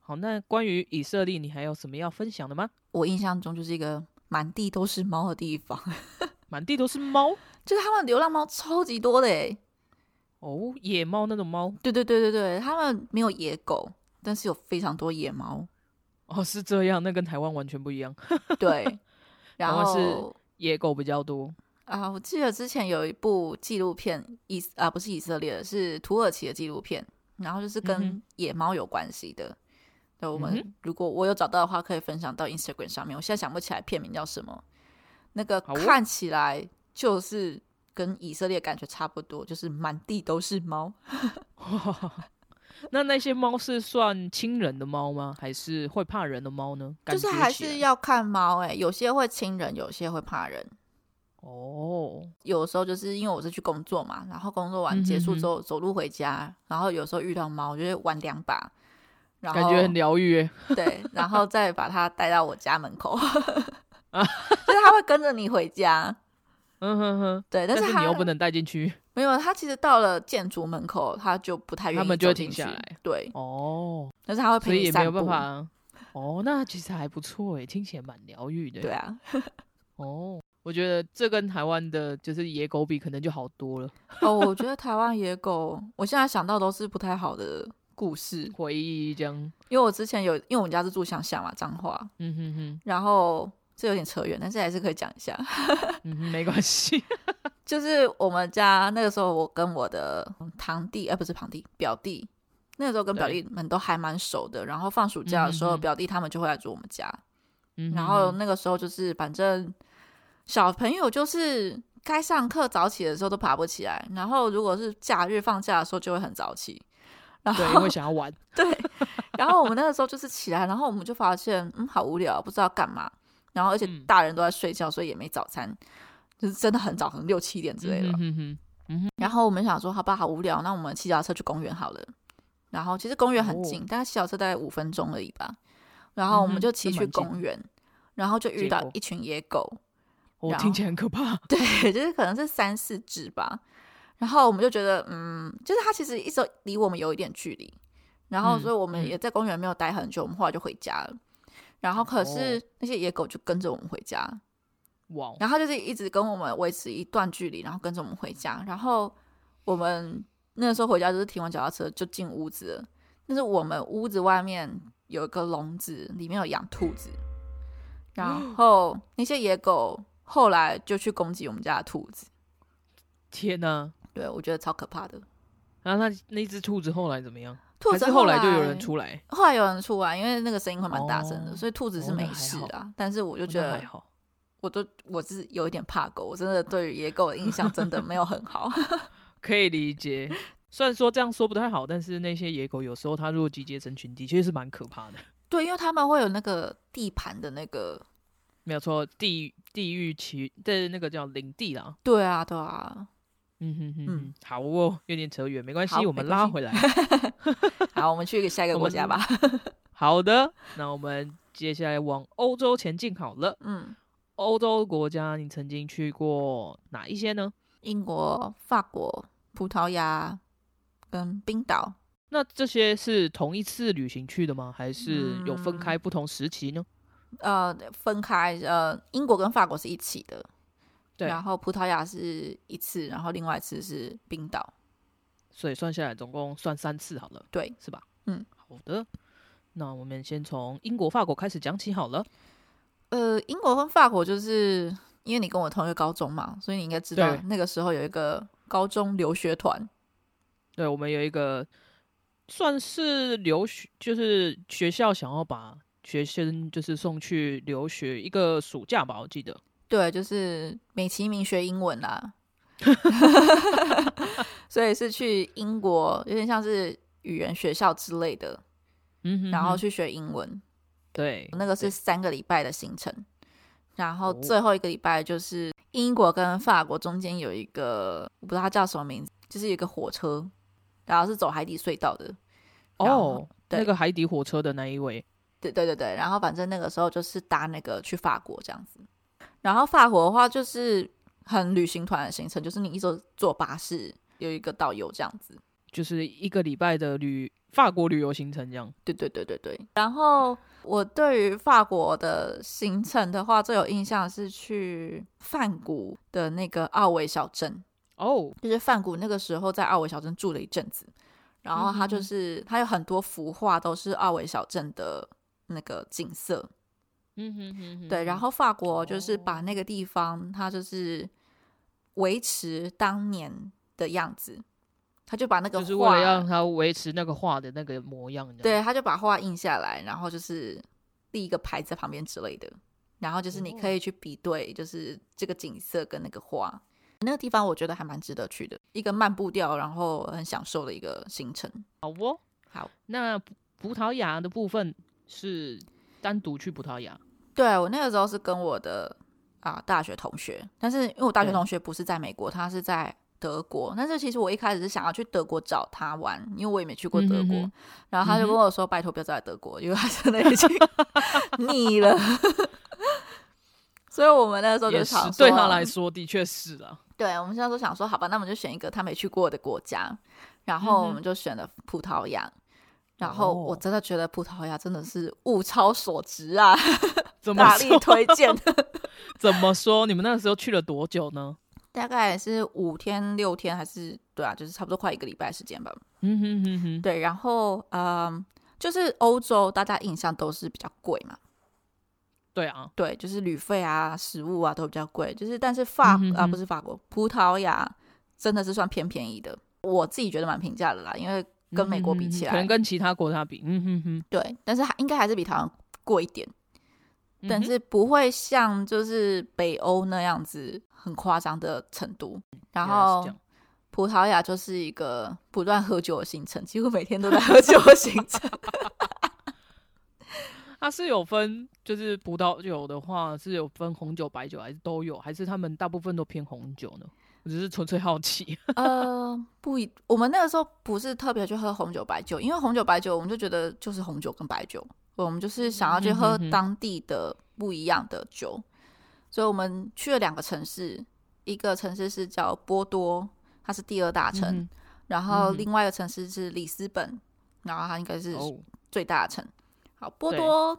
Speaker 1: 好，那关于以色列，你还有什么要分享的吗？
Speaker 2: 我印象中就是一个满地都是猫的地方，
Speaker 1: 满地都是猫
Speaker 2: 就是他们流浪猫超级多的欸诶。
Speaker 1: 哦，野猫那种猫
Speaker 2: 对对对对对，他们没有野狗，但是有非常多野猫。
Speaker 1: 哦，是这样，那跟台湾完全不一样，
Speaker 2: 对，然
Speaker 1: 台湾是
Speaker 2: 后
Speaker 1: 野狗比较多。
Speaker 2: 啊，我记得之前有一部纪录片，以啊不是以色列的，是土耳其的纪录片，然后就是
Speaker 1: 嗯
Speaker 2: 跟
Speaker 1: 哼
Speaker 2: 野猫有关系的。对，我们、
Speaker 1: 嗯
Speaker 2: 如果我有找到的话，可以分享到 Instagram 上面。我现在想不起来片名叫什么，那个
Speaker 1: 好哦
Speaker 2: 看起来就是跟以色列感觉差不多，就是满地都是猫。
Speaker 1: 那那些猫是算亲人的猫吗？还是会怕人的猫呢？感
Speaker 2: 就是
Speaker 1: 觉
Speaker 2: 还
Speaker 1: 起
Speaker 2: 是
Speaker 1: 来
Speaker 2: 要看猫哎、有些会亲人，有些会怕人。
Speaker 1: 哦，
Speaker 2: 有时候就是因为我是去工作嘛，然后工作
Speaker 1: 嗯
Speaker 2: 完
Speaker 1: 哼
Speaker 2: 结束
Speaker 1: 哼
Speaker 2: 之后走路回家，然后有时候遇到猫，我就会玩两把，然后
Speaker 1: 感觉很疗愈耶。
Speaker 2: 对，然后再把它带到我家门 口，就是它会跟着你回家，
Speaker 1: 嗯哼哼，
Speaker 2: 对，
Speaker 1: 但
Speaker 2: 是它
Speaker 1: 你又不能带进去
Speaker 2: 没有，它其实到了建筑门口，它就不太愿意
Speaker 1: 它们就会
Speaker 2: 走进
Speaker 1: 停下
Speaker 2: 去
Speaker 1: 来，
Speaker 2: 对，
Speaker 1: 哦，
Speaker 2: 但是它会
Speaker 1: 所
Speaker 2: 陪
Speaker 1: 以
Speaker 2: 你
Speaker 1: 也没
Speaker 2: 散
Speaker 1: 有
Speaker 2: 步，
Speaker 1: 办法。哦，那其实还不错诶，听起来蛮疗愈的。
Speaker 2: 对啊，
Speaker 1: 哦，我觉得这跟台湾的就是野狗比，可能就好多了。
Speaker 2: 哦，我觉得台湾野狗，我现在想到都是不太好的故事，
Speaker 1: 回忆这样，
Speaker 2: 因为我之前有，因为我们家是住乡下嘛，彰化，
Speaker 1: 嗯哼哼
Speaker 2: 然后这有点扯远，但是还是可以讲一下。
Speaker 1: 嗯哼，没关系。
Speaker 2: 就是我们家那个时候，我跟我的堂弟，呃，不是堂弟，表弟，那个时候跟表弟们都还蛮熟的。然后放暑假的时
Speaker 1: 嗯
Speaker 2: 候，
Speaker 1: 嗯嗯
Speaker 2: 表弟他们就会来住我们家。
Speaker 1: 嗯哼
Speaker 2: 然后
Speaker 1: 哼
Speaker 2: 那个时候就是，反正小朋友就是该上课早起的时候都爬不起来，然后如果是假日放假的时候就会很早起。 然
Speaker 1: 对，因
Speaker 2: 后
Speaker 1: 为想要玩，
Speaker 2: 对，然后我们那个时候就是起来，然后我们就发现，嗯，好无聊，不知道干嘛。然后而且
Speaker 1: 嗯
Speaker 2: 大人都在睡觉，所以也没早餐，就是真的很早，可能六七点之类的。
Speaker 1: 嗯哼哼
Speaker 2: 然后我们想说，好吧，好无聊，那我们骑脚踏车去公园好了。然后其实公园很近，
Speaker 1: 哦
Speaker 2: 大概骑脚踏车大概五分钟而已吧。然后我
Speaker 1: 嗯哼
Speaker 2: 们就骑
Speaker 1: 那
Speaker 2: 去
Speaker 1: 蛮近
Speaker 2: 公园，然后就遇
Speaker 1: 结
Speaker 2: 到
Speaker 1: 果
Speaker 2: 一群野狗，
Speaker 1: 哼，哦，
Speaker 2: 然
Speaker 1: 听
Speaker 2: 后
Speaker 1: 起来很可怕。
Speaker 2: 对，就是可能是三四只吧。然后我们就觉得，嗯，就是它其实一直离我们有一点距离，然后
Speaker 1: 嗯
Speaker 2: 所以我们
Speaker 1: 嗯
Speaker 2: 也在公园没有待很久，我们后来就回家了。然后可是
Speaker 1: 哦
Speaker 2: 那些野狗就跟着我们回家，
Speaker 1: 哇哦，
Speaker 2: 然后它就是一直跟我们维持一段距离，然后跟着我们回家。然后我们那时候回家就是停完脚踏车就进屋子了，但是我们屋子外面有一个笼子，里面有养兔子，
Speaker 1: 哦
Speaker 2: 然后那些野狗后来就去攻击我们家的兔子。
Speaker 1: 天哪！
Speaker 2: 对，我觉得超可怕的。
Speaker 1: 然后那那只兔子后来怎么样？
Speaker 2: 兔
Speaker 1: 还
Speaker 2: 子
Speaker 1: 是后
Speaker 2: 来
Speaker 1: 来就有人，出来，
Speaker 2: 后来有人出来，因为那个声音会蛮大声的，
Speaker 1: 哦
Speaker 2: 所以兔子是
Speaker 1: 哦那
Speaker 2: 没
Speaker 1: 还
Speaker 2: 事
Speaker 1: 好
Speaker 2: 的啊、但是我就
Speaker 1: 我
Speaker 2: 觉得
Speaker 1: 还，好。
Speaker 2: 我都我是有一点怕狗，我真的对于野狗的印象真的没有很好。
Speaker 1: 可以理解。虽然说这样说不太好，但是那些野狗有时候它如果集结成群，的确是蛮可怕的。
Speaker 2: 对，因为他们会有那个地盘的那个，
Speaker 1: 没有错，地地域其对那个叫领地啦。
Speaker 2: 对啊，对啊。
Speaker 1: 嗯哼哼哼
Speaker 2: 嗯，
Speaker 1: 好哦，有点扯远，没关
Speaker 2: 好
Speaker 1: 系，我们
Speaker 2: 没关
Speaker 1: 拉
Speaker 2: 系
Speaker 1: 回来。
Speaker 2: 好，我们去一个下一个
Speaker 1: 我
Speaker 2: 国
Speaker 1: 们
Speaker 2: 家吧。
Speaker 1: 好的，那我们接下来往欧洲前进好了。
Speaker 2: 嗯，
Speaker 1: 欧洲国家你曾经去过哪一些呢？
Speaker 2: 英国、法国、葡萄牙跟冰岛，
Speaker 1: 那这些是同一次旅行去的吗？还是有分
Speaker 2: 嗯
Speaker 1: 开不同时期呢？
Speaker 2: 呃，分开，呃，英国跟法国是一起的，
Speaker 1: 对，
Speaker 2: 然后葡萄牙是一次，然后另外一次是冰岛。
Speaker 1: 所以算下来总共算三次好了，
Speaker 2: 对，
Speaker 1: 是吧？
Speaker 2: 嗯，
Speaker 1: 好的。那我们先从英国、法国开始讲起好了。
Speaker 2: 呃，英国跟法国就是因为你跟我同一个高中嘛，所以你应该知道
Speaker 1: 对
Speaker 2: 那个时候有一个高中留学团。
Speaker 1: 对，我们有一个算是留学，就是学校想要把学生就是送去留学一个暑假吧，我记得。
Speaker 2: 对，就是美其名学英文 啦，所以是去英国，有点像是语言学校之类的，
Speaker 1: 嗯哼
Speaker 2: 然后
Speaker 1: 哼
Speaker 2: 去嗯学英文。
Speaker 1: 对，
Speaker 2: 那个
Speaker 1: 对
Speaker 2: 是三个礼拜的行程，然后
Speaker 1: 哦
Speaker 2: 最后一个礼拜就是英国跟法国中间有一个，我不知道它叫什么名字，就是有一个火车，然后是走海底隧道的。然后
Speaker 1: 哦，那
Speaker 2: 对
Speaker 1: 个海底火车的那一位，
Speaker 2: 对对对对，然后反正那个时候就是搭那个去法国这样子。然后法国的话就是很旅行团的行程，就是你一周坐巴士，有一个导游这样子。
Speaker 1: 就是一个礼拜的旅法国旅游行程这样。
Speaker 2: 对对对对对。然后我对于法国的行程的话，最有印象是去梵谷的那个奥维小镇，
Speaker 1: 哦，
Speaker 2: 就是梵谷那个时候在奥维小镇住了一阵子，然后它
Speaker 1: 嗯
Speaker 2: 就
Speaker 1: 嗯
Speaker 2: 是它有很多幅画都是奥维小镇的那个景色，
Speaker 1: 嗯哼哼哼，
Speaker 2: 对，然
Speaker 1: 哼
Speaker 2: 后法国就是把
Speaker 1: 哦
Speaker 2: 那个地方，它就是维持当年的样子，他就把那个
Speaker 1: 就是为了让
Speaker 2: 画，
Speaker 1: 它维持那个画的那个模样这样。
Speaker 2: 对，他就把画印下来，然后就是立一个牌在旁边之类的，然后就是
Speaker 1: 哦
Speaker 2: 你可以去比对，就是这个景色跟那个画，那个地方我觉得还蛮值得去的，一个慢步调，然后很享受的一个行程。
Speaker 1: 好哦，
Speaker 2: 好，
Speaker 1: 那葡葡萄牙的部分是单独去葡萄牙，
Speaker 2: 对我那个时候是跟我的啊大学同学，但是因为我大学
Speaker 1: 对
Speaker 2: 同学不是在美国，他是在德国。但是其实我一开始是想要去德国找他玩，因为我也没去过德
Speaker 1: 嗯哼
Speaker 2: 国。
Speaker 1: 哼
Speaker 2: 然后他就
Speaker 1: 嗯哼
Speaker 2: 跟我说：“拜托不要再来德国，因为他真的 已经腻了。”所以我们那时候就
Speaker 1: 也是
Speaker 2: 想说，
Speaker 1: 对他来说的确是啊。
Speaker 2: 对，我们现在都想说，好吧，那我们就选一个他没去过的国家，然后
Speaker 1: 嗯
Speaker 2: 我
Speaker 1: 哼
Speaker 2: 们就选了葡萄牙。然后我
Speaker 1: 哦
Speaker 2: 真的觉得葡萄牙真的是物超所值啊，
Speaker 1: 怎么
Speaker 2: 大力
Speaker 1: 说？
Speaker 2: 推 荐。
Speaker 1: 怎么说？你们那时候去了多久呢？
Speaker 2: 大概是五天六天还是对啊，就是差不多快一个礼拜时间吧。
Speaker 1: 嗯哼哼哼，
Speaker 2: 对，然后嗯，就是欧洲大家印象都是比较贵嘛，
Speaker 1: 对啊，
Speaker 2: 对，就是旅费啊、食物啊都比较贵，就是但是法、
Speaker 1: 嗯哼
Speaker 2: 啊
Speaker 1: 哼
Speaker 2: 不是法国，葡萄牙真的是算偏便宜的，我自己觉得蛮平价的啦，因为跟美国比起
Speaker 1: 嗯哼哼可
Speaker 2: 来，
Speaker 1: 能跟其他国家比，嗯哼哼，
Speaker 2: 对，但是还应该还是比台湾贵一点，
Speaker 1: 嗯
Speaker 2: 但
Speaker 1: 哼
Speaker 2: 是不会像就是北欧那样子很夸张的程度，然
Speaker 1: 原来是
Speaker 2: 后
Speaker 1: 这。样
Speaker 2: 葡萄牙就是一个不断喝酒的行程，几乎每天都在喝酒的行程。
Speaker 1: 它是有分，就是葡萄酒的话是有分红酒、白酒，还是都有，还是他们大部分都偏红酒呢？我只是纯粹好 奇。
Speaker 2: 呃，不一，我们那个时候不是特别去喝红酒、白酒，因为红酒、白酒我们就觉得就是红酒跟白酒，我们就是想要去
Speaker 1: 嗯
Speaker 2: 喝
Speaker 1: 哼哼
Speaker 2: 当地的不一样的酒，所以我们去了两个城市，一个城市是叫波多，它是第二大城，
Speaker 1: 嗯
Speaker 2: 然后
Speaker 1: 嗯哼
Speaker 2: 另外一个城市是里斯本，然后它应该是
Speaker 1: 哼哦，
Speaker 2: 最大的城。好，波
Speaker 1: 对
Speaker 2: 多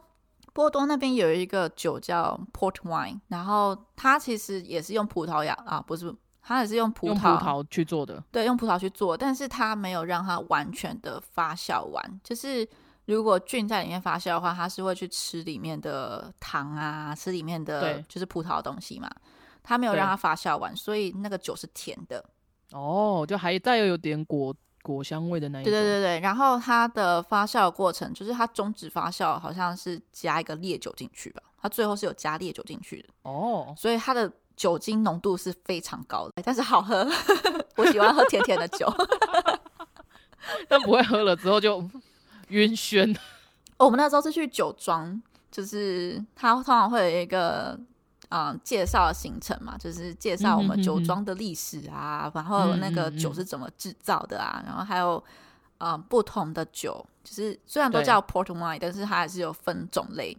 Speaker 2: 波多那边有一个酒叫 Port Wine，然后它其实也是用葡萄牙啊，不是，它也是用葡萄
Speaker 1: 用葡萄去做的，
Speaker 2: 对，用葡萄去做，但是它没有让它完全的发酵完，就是。如果菌在里面发酵的话，它是会去吃里面的糖啊，吃里面的
Speaker 1: 对
Speaker 2: 就是葡萄的东西嘛。它没有让
Speaker 1: 对
Speaker 2: 它发酵完，所以那个酒是甜的。
Speaker 1: 哦，就还带有点果果香味的那一
Speaker 2: 对
Speaker 1: 种。
Speaker 2: 对对对，然后它的发酵过程就是它终止发酵，好像是加一个烈酒进去吧，它最后是有加烈酒进去的，
Speaker 1: 哦，
Speaker 2: 所以它的酒精浓度是非常高的，但是好喝， 我喜欢喝甜甜的酒。
Speaker 1: 但不会喝了之后就 晕 眩。
Speaker 2: 我们那时候是去酒庄，就是它通常会有一个。嗯，介绍行程嘛，就是介绍我
Speaker 1: 嗯哼
Speaker 2: 们
Speaker 1: 哼
Speaker 2: 酒
Speaker 1: 哼
Speaker 2: 庄的历史啊，然后那个
Speaker 1: 嗯嗯嗯
Speaker 2: 酒是怎么制造的啊，然后还有嗯不同的酒，就是虽然都
Speaker 1: 对
Speaker 2: 叫 port wine，但是它还是有分种类。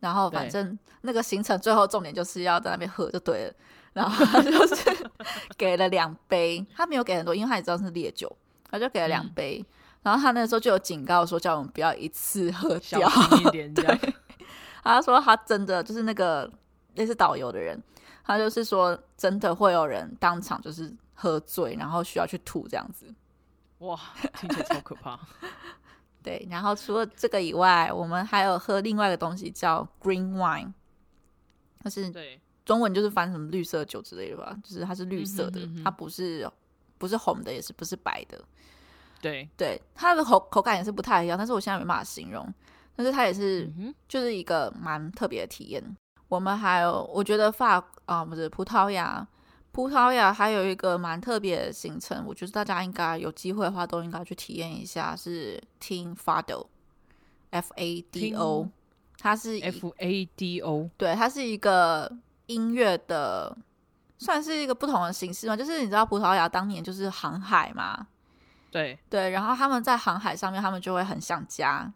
Speaker 2: 然后反
Speaker 1: 对
Speaker 2: 正那个行程最后重点就是要在那边喝就对了。然后 他就是给了两杯，他没有给很多，因为他也知道是烈酒，他就给了两
Speaker 1: 嗯
Speaker 2: 杯。然后他那时候就有警告说，叫我们不要一次喝
Speaker 1: 小
Speaker 2: 掉。
Speaker 1: 心一点，这 样。
Speaker 2: 他说他真的就是那个类似导游的人，他就是说真的会有人当场就是喝醉，然后需要去吐这样子。
Speaker 1: 哇，听起来超可 怕。
Speaker 2: 对，然后除了这个以外，我们还有喝另外一个东西叫 green wine，它是
Speaker 1: 对，
Speaker 2: 中文就是翻什么绿色酒之类的吧，就是它是绿色的，
Speaker 1: 嗯哼嗯哼
Speaker 2: 它不是不是红的，也是不是白的，
Speaker 1: 对，
Speaker 2: 对，它的口口感也是不太一样，但是我现在没办法形容，但是它也是
Speaker 1: 嗯哼，
Speaker 2: 就是一个蛮特别的体验。我们还有，我觉得法啊不是葡萄牙，葡萄牙还有一个蛮特别的行程，我觉得大家应该有机会的话都应该去体验一下，是听 Fado，F A D O，
Speaker 1: 听
Speaker 2: 它是一
Speaker 1: F A D O，
Speaker 2: 对，它是一个音乐的，算是一个不同的形式嘛，就是你知道葡萄牙当年就是航海嘛，
Speaker 1: 对，
Speaker 2: 对，然后他们在航海上面，他们就会很想家，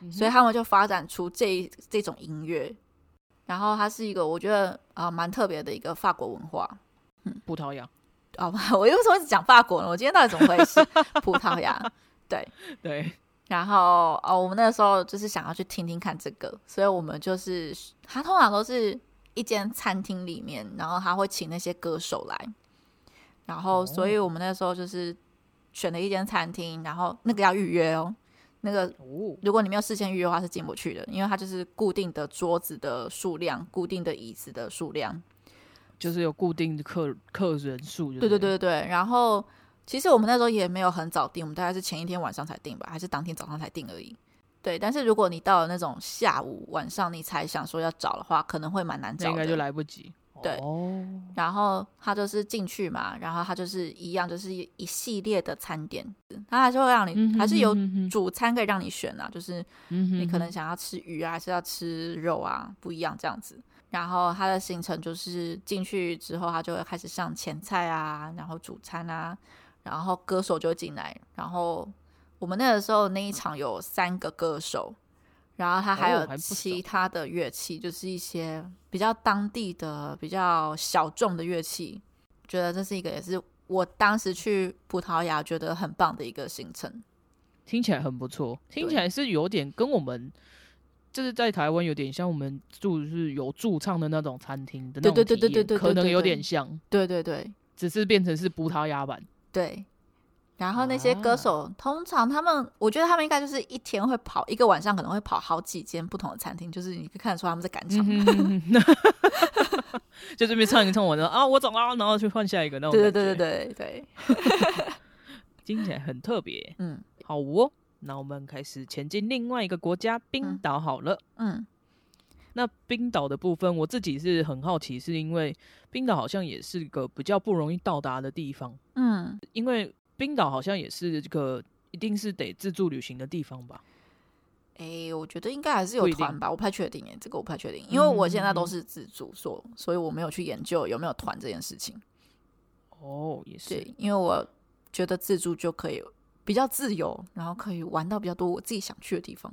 Speaker 1: 嗯哼
Speaker 2: 所以他们就发展出这这种音乐。然后它是一个我觉得啊、呃蛮特别的一个法国文化哦
Speaker 1: 葡萄牙。
Speaker 2: 啊、我又为什么一直讲法国呢？我今天到底怎么回事？葡萄牙，对，
Speaker 1: 对，
Speaker 2: 然后哦，我们那时候就是想要去听听看这个，所以我们就是他通常都是一间餐厅里面，然后他会请那些歌手来，然后
Speaker 1: 哦
Speaker 2: 所以我们那时候就是选了一间餐厅，然后那个要预约哦，那个
Speaker 1: 哦，
Speaker 2: 如果你没有事先预约的话是进不去的，因为它就是固定的桌子的数量、固定的椅子的数量，
Speaker 1: 就是有固定的客客人数，
Speaker 2: 对对，对对对。然后其实我们那时候也没有很早订，我们大概是前一天晚上才订吧，还是当天早上才订而已。对，但是如果你到了那种下午、晚上，你才想说要找的话，可能会蛮难
Speaker 1: 那
Speaker 2: 找
Speaker 1: 应该就
Speaker 2: 的。
Speaker 1: 来不及。
Speaker 2: 对
Speaker 1: 哦，
Speaker 2: 然后他就是进去嘛，然后他就是一样，就是一一系列的餐点，他还是会让你，
Speaker 1: 嗯哼
Speaker 2: 还是有
Speaker 1: 嗯哼
Speaker 2: 主餐可以让你选啊，就是
Speaker 1: 嗯哼，
Speaker 2: 你可能想要吃鱼啊，还是要吃肉啊，不一样这样子。然后它的行程就是进去之后，它就会开始上前菜啊，然后主餐啊，然后歌手就会进来。然后我们那个时候那一场有三个歌手，然后它还
Speaker 1: 哦
Speaker 2: 有
Speaker 1: 还不少
Speaker 2: 其他的乐器，就是一些比较当地的、比较小众的乐器。觉得这是一个也是我当时去葡萄牙觉得很棒的一个行程。
Speaker 1: 听起来很不错，听起来是有点跟我们就是在台湾有点像我们住就是有驻唱的那种餐厅的那种
Speaker 2: 对对对
Speaker 1: 体验
Speaker 2: 对对对
Speaker 1: 可能
Speaker 2: 对
Speaker 1: 有
Speaker 2: 对
Speaker 1: 点像，
Speaker 2: 对对对，
Speaker 1: 只是变成是葡萄牙版。
Speaker 2: 对，然后那些歌手、通常他们，我觉得他们应该就是一天会跑一个晚上，可能会跑好几间不同的餐厅，就是你可以看得出他们在赶场。
Speaker 1: 嗯哼 就这边唱一唱完了啊，我走啦，然后去换下一个那种。
Speaker 2: 对对对对，对对，
Speaker 1: 听起来很特别，
Speaker 2: 嗯
Speaker 1: 好哦。那我们开始前进另外一个国家冰
Speaker 2: 嗯
Speaker 1: 岛好了。
Speaker 2: 嗯
Speaker 1: 那冰岛的部分，我自己是很好奇，是因为冰岛好像也是个比较不容易到达的地方，
Speaker 2: 嗯，
Speaker 1: 因为冰岛好像也是这个一定是得自助旅行的地方吧？
Speaker 2: 诶，我觉得应该还是有
Speaker 1: 不一定
Speaker 2: 团吧，我不太确定诶，这个我不太确定，因为我现在都是自助所，所以我没有去研究有没有团这件事情。
Speaker 1: 哦，也是。
Speaker 2: 对，因为我觉得自助就可以比较自由，然后可以玩到比较多我自己想去的地方。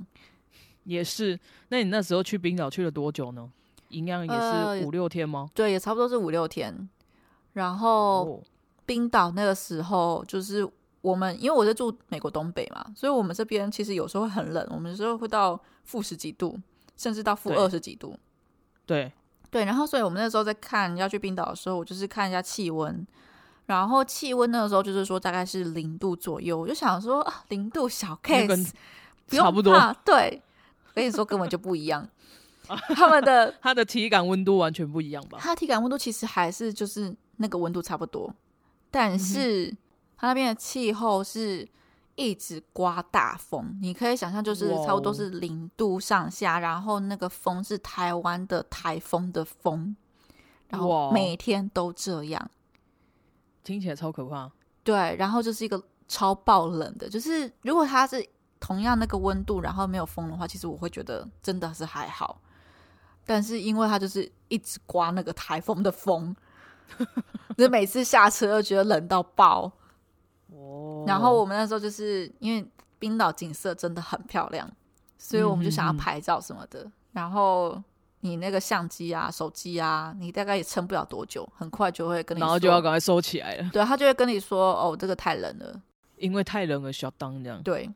Speaker 1: 也是。那你那时候去冰岛去了多久呢？一样也
Speaker 2: 呃
Speaker 1: 是五六天吗？
Speaker 2: 对，也差不多是五六天。然后冰岛那个时候，就是我们因为我在住美国东北嘛，所以我们这边其实有时候会很冷，我们有时候会到负十几度，甚至到负
Speaker 1: 对
Speaker 2: 二十几度。
Speaker 1: 对，
Speaker 2: 对，然后所以我们那时候在看要去冰岛的时候，我就是看一下气温，然后气温那个时候就是说大概是零度左右，我就想说啊，零度小
Speaker 1: 那跟
Speaker 2: case，不用
Speaker 1: 差不多。
Speaker 2: 怕对，我跟你说根本就不 一样，他们的
Speaker 1: 它的体感温度完全不一样吧？
Speaker 2: 它的体感温度其实还是就是那个温度差不多，
Speaker 1: 嗯
Speaker 2: 但是它那边的气候是一直刮大风，你可以想象就是
Speaker 1: 哇哦
Speaker 2: 差不多是零度上下，然后那个风是台湾的台风的风，然
Speaker 1: 哇
Speaker 2: 后
Speaker 1: 哦
Speaker 2: 每天都这样，
Speaker 1: 听起来超可怕。
Speaker 2: 对，然后就是一个超爆冷的，就是如果它是同样那个温度，然后没有风的话，其实我会觉得真的是还好。但是因为它就是一直刮那个台风的风， 就每次下车都觉得冷到爆。
Speaker 1: 哦
Speaker 2: 然后我们那时候就是因为冰岛景色真的很漂亮，所以我们就想要
Speaker 1: 嗯嗯嗯
Speaker 2: 拍照什么的。然后你那个相机啊、手机啊，你大概也撑不了多久，很快就会跟你
Speaker 1: 然后就
Speaker 2: 说
Speaker 1: 要赶快收起来了，
Speaker 2: 对他就会跟你说：“哦，这个太冷了。
Speaker 1: 因为太冷了，小当这样”
Speaker 2: 对，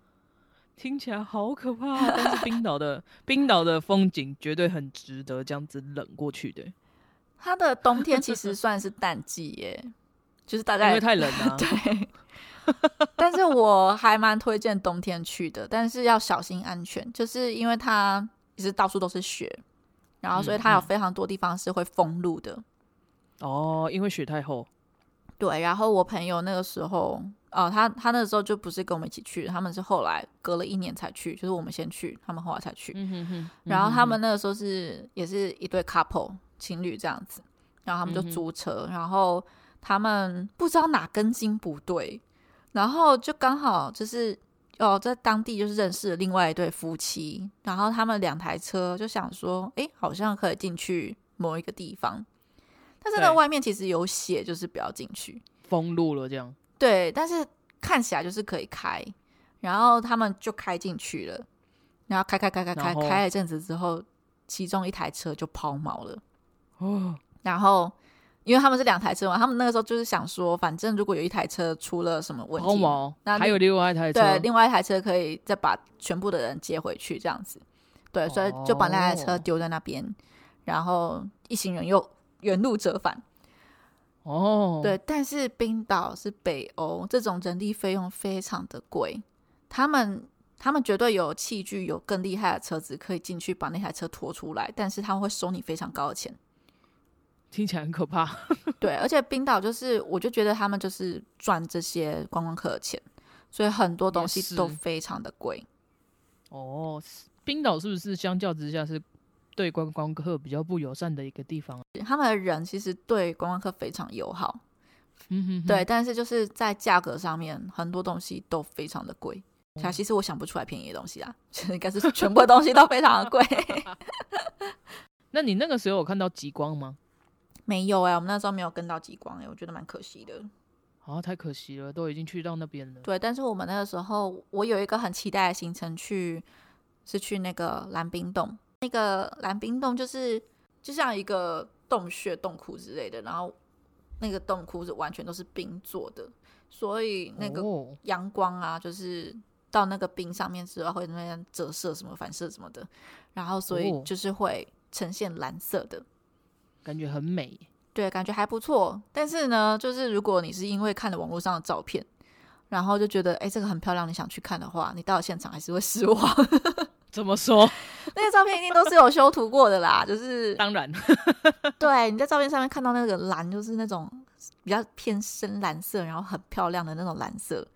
Speaker 1: 听起来好可怕啊。但是冰岛 的冰岛的风景绝对很值得这样子冷过去的，
Speaker 2: 它的冬天其实算是淡季 耶，就是大家
Speaker 1: 因
Speaker 2: 也
Speaker 1: 为 太冷了、啊。
Speaker 2: 对。但是我还蛮推荐冬天去的，但是要小心安全，就是因为它其实到处都是雪，然后所以它有非常多地方是会封路的。
Speaker 1: 哦，因为雪太厚。
Speaker 2: 对，然后我朋友那个时候，哦，他他那时候就不是跟我们一起去，他们是后来隔了一年才去，就是我们先去，他们后来才去。
Speaker 1: 嗯哼哼。
Speaker 2: 然后
Speaker 1: 嗯哼
Speaker 2: 他们那个时候是也是一对 couple 情侣这样子，然后他们就
Speaker 1: 嗯哼
Speaker 2: 租车，然后他们不知道哪根筋不对，然后就刚好就是哦，在当地就是认识了另外一对夫妻，然后他们两台车就想说，诶，好像可以进去某一个地方，但是呢，
Speaker 1: 对
Speaker 2: 外面其实有写，就是不要进去。
Speaker 1: 封路了这样。
Speaker 2: 对，但是看起来就是可以开，然后他们就开进去了，然后开开开开开
Speaker 1: 然后
Speaker 2: 开了一阵子之后，其中一台车就抛锚了，
Speaker 1: 哦，
Speaker 2: 然后因为他们是两台车嘛，他们那个时候就是想说，反正如果有一台车出了什么问
Speaker 1: 抛
Speaker 2: 题，
Speaker 1: 锚，
Speaker 2: 那
Speaker 1: 还
Speaker 2: 另
Speaker 1: 有另外一台车，
Speaker 2: 对，另外一台车可以再把全部的人接回去，这样子。对，所以就把那台车
Speaker 1: 哦
Speaker 2: 丢在那边，然后一行人又原路折返。
Speaker 1: 哦，
Speaker 2: 对，但是冰岛是北欧，这种人力费用非常的贵，他们他们绝对有器具，有更厉害的车子可以进去把那台车拖出来，但是他们会收你非常高 的钱。
Speaker 1: 听起来很可怕。
Speaker 2: 对，而且冰岛就是，我就觉得他们就是赚这些观光客的钱，所以很多东
Speaker 1: 也
Speaker 2: 西
Speaker 1: 是
Speaker 2: 都非常的贵。
Speaker 1: 哦，是冰岛是不是相较之下是对观光客比较不友善的一个地方？啊
Speaker 2: 他们的人其实对观光客非常友好，
Speaker 1: 嗯哼哼
Speaker 2: 对，，但是就是在价格上面，很多东西都非常的贵。啊，
Speaker 1: 哦
Speaker 2: 其实我想不出来便宜的东西啊，应该是全部的东西都非常 的贵。
Speaker 1: 那你那个时候有看到极光吗？
Speaker 2: 没有哎、我们那时候没有跟到极光哎、我觉得蛮可惜的。
Speaker 1: 啊，太可惜了，都已经去到那边了。
Speaker 2: 对，但是我们那个时候，我有一个很期待的行程去，是去那个蓝冰洞。那个蓝冰洞就是就像一个洞穴、洞窟之类的，然后那个洞窟是完全都是冰做的，所以那个
Speaker 1: 哦
Speaker 2: 阳光啊，就是到那个冰上面之后会那边折射什么、反射什么的，然后所以
Speaker 1: 哦
Speaker 2: 就是会呈现蓝色的。
Speaker 1: 感觉很美。
Speaker 2: 对，感觉还不错。但是呢，就是如果你是因为看了网络上的照片，然后就觉得哎、诶这个很漂亮，你想去看的话，你到了现场还是会失望。
Speaker 1: 怎么说？
Speaker 2: 那些照片一定都是有修图过的啦，就 是
Speaker 1: 当然，
Speaker 2: 对你在照片上面看到那个蓝，就是那种比较偏深蓝色，然后很漂亮的那种蓝色。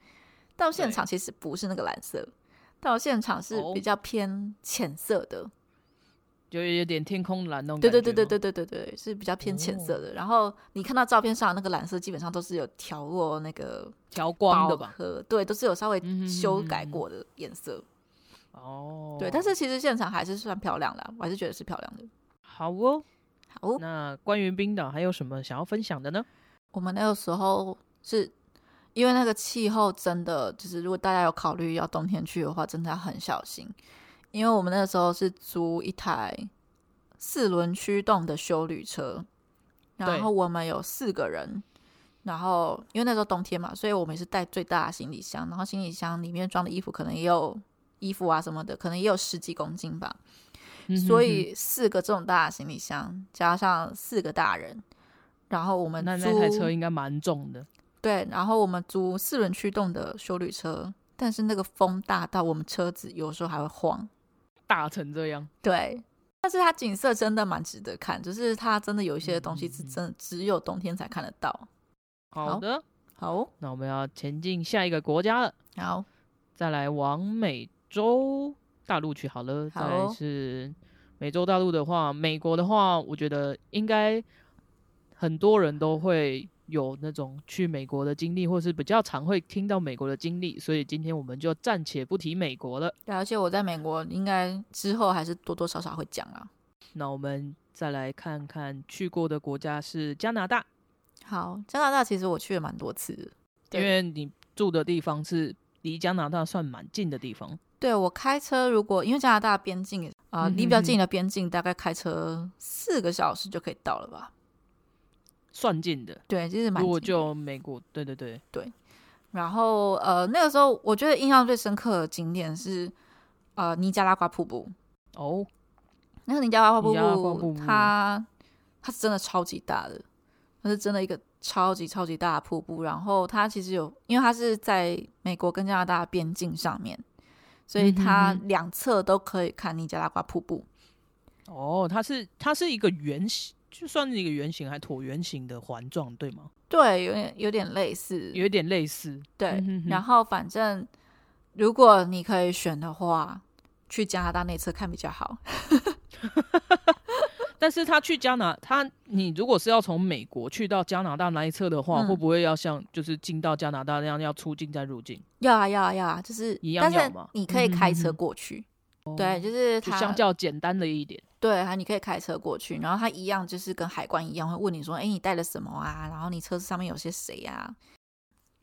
Speaker 2: 到现
Speaker 1: 对
Speaker 2: 场其实不是那个蓝色，到现场是
Speaker 1: 哦
Speaker 2: 比较偏浅色的。
Speaker 1: 就有点天空蓝那种
Speaker 2: 对
Speaker 1: 感觉
Speaker 2: 对
Speaker 1: 吗。哦
Speaker 2: 对对对对对对，是比较偏浅色的。然后你看到照片上的那个蓝色，基本上都是有调过那个
Speaker 1: 调光的
Speaker 2: 饱
Speaker 1: 吧？
Speaker 2: 和，对，都是有稍微
Speaker 1: 嗯哼
Speaker 2: 修改
Speaker 1: 嗯哼
Speaker 2: 过的颜色，
Speaker 1: 哦，
Speaker 2: 对。但是其实现场还是算漂亮啦，我还是觉得是漂亮的。
Speaker 1: 好哦。
Speaker 2: 好，
Speaker 1: 那关于冰岛还有什么想要分享的呢？
Speaker 2: 我们那个时候是因为那个气候真的，就是如果大家有考虑要冬天去的话，真的要很小心，因为我们那个时候是租一台四轮驱动的修旅车，然
Speaker 1: 对
Speaker 2: 后我们有四个人。然后，因为那时候冬天嘛，所以我们也是带最大的行李箱，然后行李箱里面装的衣服可能也有衣服啊什么的，可能也有十几公斤吧。
Speaker 1: 嗯哼
Speaker 2: 所
Speaker 1: 哼
Speaker 2: 以四个这种大的行李箱加上四个大人，然后我们
Speaker 1: 那那
Speaker 2: 租
Speaker 1: 台车应该蛮重的，
Speaker 2: 对，然后我们租四轮驱动的修旅车，但是那个风大到我们车子有时候还会晃。
Speaker 1: 大成这样。
Speaker 2: 对，但是它景色真的蛮值得看，就是它真的有一些东西是真的只有冬天才看得到。好
Speaker 1: 好的，
Speaker 2: 好，哦
Speaker 1: 那我们要前进下一个国家了，
Speaker 2: 好，
Speaker 1: 再来往美洲大陆去好了。
Speaker 2: 好
Speaker 1: 再来
Speaker 2: 哦
Speaker 1: 是美洲大陆的话，美国的话，我觉得应该很多人都会有那种去美国的经历，或是比较常会听到美国的经历，所以今天我们就暂且不提美国了。
Speaker 2: 对而且我在美国应该之后还是多多少少会讲啊啦。
Speaker 1: 那我们再来看看去过的国家是加拿大，
Speaker 2: 好，加拿大其实我去了蛮多次的，
Speaker 1: 因
Speaker 2: 对
Speaker 1: 为你住的地方是离加拿大算蛮近的地方。
Speaker 2: 对我开车，如果因为加拿大边境啊、呃
Speaker 1: 嗯
Speaker 2: 离比较
Speaker 1: 哼
Speaker 2: 近的边境，大概开车四个小时就可以到了吧？
Speaker 1: 算近的。
Speaker 2: 对，其实蛮
Speaker 1: 如果
Speaker 2: 近的
Speaker 1: 就美国，对对对，
Speaker 2: 然后呃，那个时候我觉得印象最深刻的景点是呃尼加拉瓜瀑布。
Speaker 1: 哦，
Speaker 2: 那个尼加拉瓜瀑
Speaker 1: 尼加拉瓜瀑
Speaker 2: 布，
Speaker 1: 布
Speaker 2: 它它是真的超级大的，它是真的一个超级超级大的瀑布。然后它其实有，因为它是在美国跟加拿大的边境上面，所以
Speaker 1: 嗯哼
Speaker 2: 它
Speaker 1: 哼
Speaker 2: 两侧都可以看尼加拉瓜瀑布。
Speaker 1: 哦，它是它是一个圆形，就算是一个圆形还椭圆形的环状，对吗？
Speaker 2: 对，有点有点类似，
Speaker 1: 有一点类似，
Speaker 2: 对
Speaker 1: 嗯哼，哼
Speaker 2: 然后反正如果你可以选的话，去加拿大那侧看比较好。
Speaker 1: 但是它去加拿，它你如果是要从美国去到加拿大那一侧的话，
Speaker 2: 嗯
Speaker 1: 会不会要像就是进到加拿大那样要出境再入境？
Speaker 2: 要啊要啊要啊，就是
Speaker 1: 一样
Speaker 2: 但
Speaker 1: 要
Speaker 2: 是
Speaker 1: 嘛
Speaker 2: 你可以开
Speaker 1: 嗯嗯
Speaker 2: 车
Speaker 1: 嗯嗯
Speaker 2: 过去，对，就是
Speaker 1: 就
Speaker 2: 它
Speaker 1: 相较简单了一点。
Speaker 2: 对，还你可以开车过去，然后它一样就是跟海关一样会问你说，哎，你带了什么啊？然后你车子上面有些谁啊？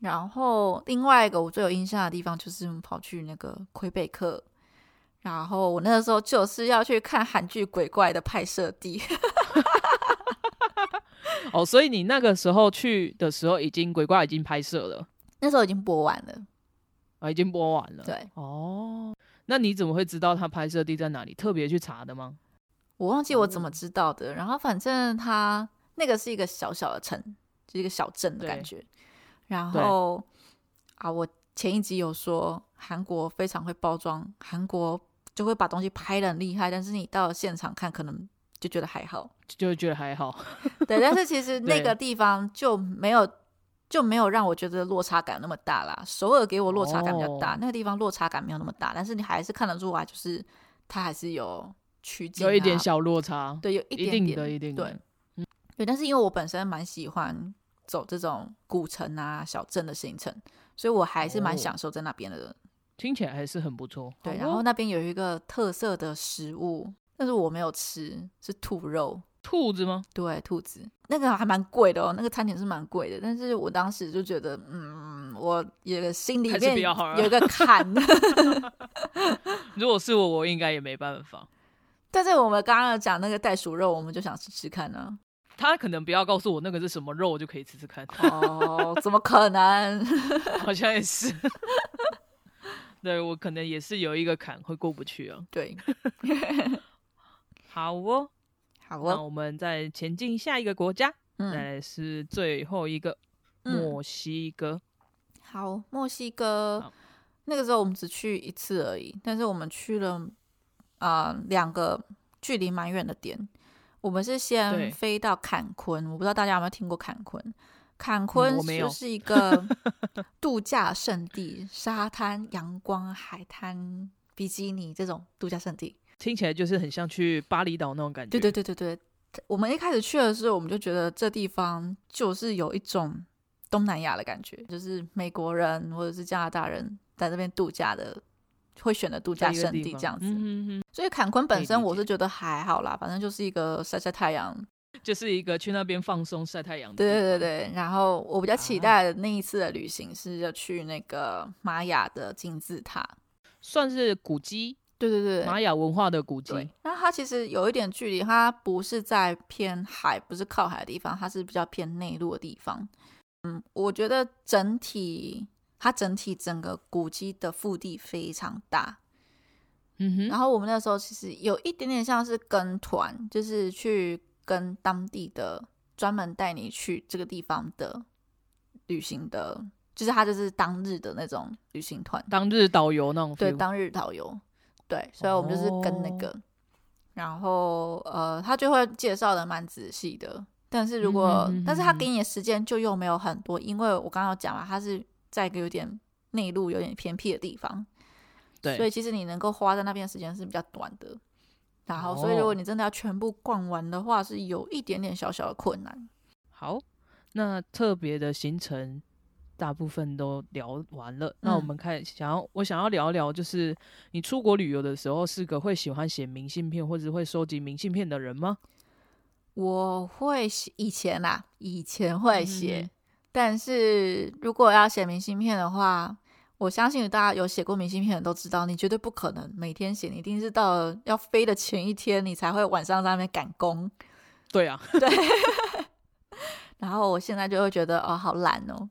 Speaker 2: 然后另外一个我最有印象的地方就是我们跑去那个魁北克，然后我那个时候就是要去看韩剧《鬼怪》的拍摄地，
Speaker 1: 哦，所以你那个时候去的时候，已经鬼怪已经拍摄了
Speaker 2: 那时候已经播完了，
Speaker 1: 啊，已经播完了。
Speaker 2: 对
Speaker 1: 哦，那你怎么会知道它拍摄地在哪里？特别去查的吗？
Speaker 2: 我忘记我
Speaker 1: 嗯
Speaker 2: 怎么知道的。然后反正它那个是一个小小的城，就是一个小镇的
Speaker 1: 对
Speaker 2: 感觉。然后啊，我前一集有说韩国非常会包装，韩国就会把东西拍的很厉害，但是你到现场看可能就觉得还好。
Speaker 1: 就就会觉得还好。
Speaker 2: 对，但是其实那
Speaker 1: 对
Speaker 2: 个地方就没有就没有让我觉得落差感那么大啦。首尔给我落差感比较大，
Speaker 1: 哦
Speaker 2: 那个地方落差感没有那么大，但是你还是看得出来，就是它还是有取景、啊，
Speaker 1: 有一点小落差，
Speaker 2: 对，有一点点
Speaker 1: 定的，一定的。嗯
Speaker 2: 对对，但是因为我本身蛮喜欢走这种古城啊、小镇的行程，所以我还是蛮
Speaker 1: 哦
Speaker 2: 享受在那边的。
Speaker 1: 听起来还是很不错。
Speaker 2: 对，
Speaker 1: 好
Speaker 2: 然
Speaker 1: 哦
Speaker 2: 后那边有一个特色的食物，但是我没有吃，是兔肉。
Speaker 1: 兔子吗？
Speaker 2: 对，兔子那个还蛮贵的哦，那个餐点是蛮贵的，但是我当时就觉得，嗯，我有个心里
Speaker 1: 还是
Speaker 2: 面
Speaker 1: 不要好了
Speaker 2: 有一个坎。
Speaker 1: 如果是我，我应该也没办法。
Speaker 2: 但是我们刚刚有讲那个袋鼠肉，我们就想吃吃 看呢、
Speaker 1: 他可能不要告诉我那个是什么肉，我就可以吃吃看。
Speaker 2: 哦，怎么可能？
Speaker 1: 好像也是。 对我可能也是有一个坎会过不去啊。
Speaker 2: 对，
Speaker 1: 好哦，
Speaker 2: 好
Speaker 1: 那
Speaker 2: 哦，
Speaker 1: 我们再前进下一个国家，再
Speaker 2: 嗯，
Speaker 1: 来是最后一个
Speaker 2: 嗯
Speaker 1: 墨西哥。
Speaker 2: 好，墨西哥
Speaker 1: 好
Speaker 2: 那个时候我们只去一次而已，但是我们去了啊两、个距离蛮远的点。我们是
Speaker 1: 对
Speaker 2: 先飞到坎昆，我不知道大家有没有听过坎昆。坎
Speaker 1: 嗯
Speaker 2: 昆
Speaker 1: 我没有
Speaker 2: 就是 一个度假胜地，沙滩、阳光、海滩、比基尼这种度假胜地。
Speaker 1: 听起来就是很像去巴厘岛那种感觉。
Speaker 2: 对对对对对，我们一开始去的时候，我们就觉得这地方就是有一种东南亚的感觉，就是美国人或者是加拿大人在这边度假的会选的度假
Speaker 1: 在一个
Speaker 2: 胜
Speaker 1: 地
Speaker 2: 地
Speaker 1: 方
Speaker 2: 这样子。
Speaker 1: 嗯哼
Speaker 2: 所以坎昆
Speaker 1: 可以
Speaker 2: 本
Speaker 1: 理
Speaker 2: 身我是
Speaker 1: 解
Speaker 2: 觉得还好啦，反正就是一个晒晒太阳。
Speaker 1: 哼就是一个去那边放松晒太阳。
Speaker 2: 对
Speaker 1: 嗯
Speaker 2: 对对，对，然后我比较期
Speaker 1: 啊
Speaker 2: 待的那一次的旅行是要去那个玛雅的金字塔。
Speaker 1: 啊算是古迹，
Speaker 2: 对对对，
Speaker 1: 玛雅文化的古迹。
Speaker 2: 对，那它其实有一点距离，它不是在偏海，不是靠海的地方，它是比较偏内陆的地方。嗯，我觉得整体它整体整个古迹的腹地非常大。
Speaker 1: 嗯哼，
Speaker 2: 然后我们那时候其实有一点点像是跟团，就是去跟当地的专门带你去这个地方的旅行的，就是他就是当日的那种旅行团。
Speaker 1: 当日导游那种 feel。
Speaker 2: 对，当日导游，对，所以我们就是跟那
Speaker 1: 哦
Speaker 2: 个，然后呃，他就会介绍的蛮仔细的。但是如果，
Speaker 1: 嗯哼
Speaker 2: 但是他
Speaker 1: 嗯哼
Speaker 2: 给你的时间就又没有很多，因为我刚刚有讲嘛，他是在一个有点内陆、有点偏僻的地方，
Speaker 1: 对
Speaker 2: 所以其实你能够花在那边的时间是比较短的。然后，所以如
Speaker 1: 哦
Speaker 2: 果你真的要全部逛完的话，是有一点点小小的困难。
Speaker 1: 好，那特别的行程大部分都聊完了，那我
Speaker 2: 嗯
Speaker 1: 们看想要我想要聊聊，就是你出国旅游的时候是个会喜欢写明信片或者会收集明信片的人吗？
Speaker 2: 我会写以前啦、以前会
Speaker 1: 嗯哼
Speaker 2: 写，
Speaker 1: 哼
Speaker 2: 但是如果要写明信片的话，我相信大家有写过明信片的都知道，你绝对不可能每天写，你一定是到了要飞的前一天，你才会晚上在那边赶工。
Speaker 1: 对啊，
Speaker 2: 然后我现在就会觉得哦，好懒哦。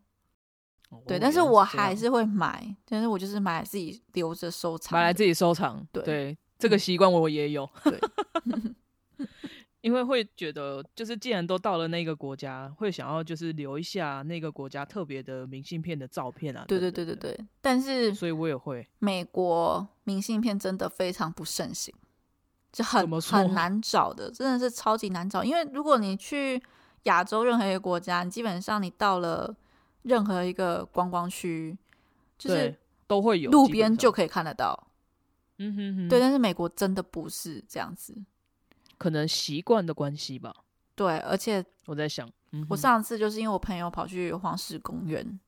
Speaker 2: 对，
Speaker 1: 哦
Speaker 2: 但是
Speaker 1: 原来
Speaker 2: 我
Speaker 1: 这样
Speaker 2: 还是会买，但是我就是买来自己留着收藏的。
Speaker 1: 买来自己收藏。
Speaker 2: 对嗯
Speaker 1: 这个习惯我也有，
Speaker 2: 对
Speaker 1: 因为会觉得就是既然都到了那个国家，会想要就是留一下那个国家特别的明信片的照片啊。
Speaker 2: 对对
Speaker 1: 等
Speaker 2: 对
Speaker 1: 等
Speaker 2: 对
Speaker 1: 的，
Speaker 2: 对，但是
Speaker 1: 所以我也会。
Speaker 2: 美国明信片真的非常不盛行， 就
Speaker 1: 怎
Speaker 2: 很
Speaker 1: 么说
Speaker 2: 很难找的，真的是超级难找。因为如果你去亚洲任何一个国家，你基本上你到了任何一个观光区，就是
Speaker 1: 对都会有
Speaker 2: 路
Speaker 1: 基本
Speaker 2: 边
Speaker 1: 上
Speaker 2: 就可以看得到。
Speaker 1: 嗯哼哼，
Speaker 2: 对，但是美国真的不是这样子。
Speaker 1: 可能习惯的关系吧。
Speaker 2: 对，而且
Speaker 1: 我在想，嗯
Speaker 2: 我
Speaker 1: 哼
Speaker 2: 上次就是因为我朋友跑去黄石公园，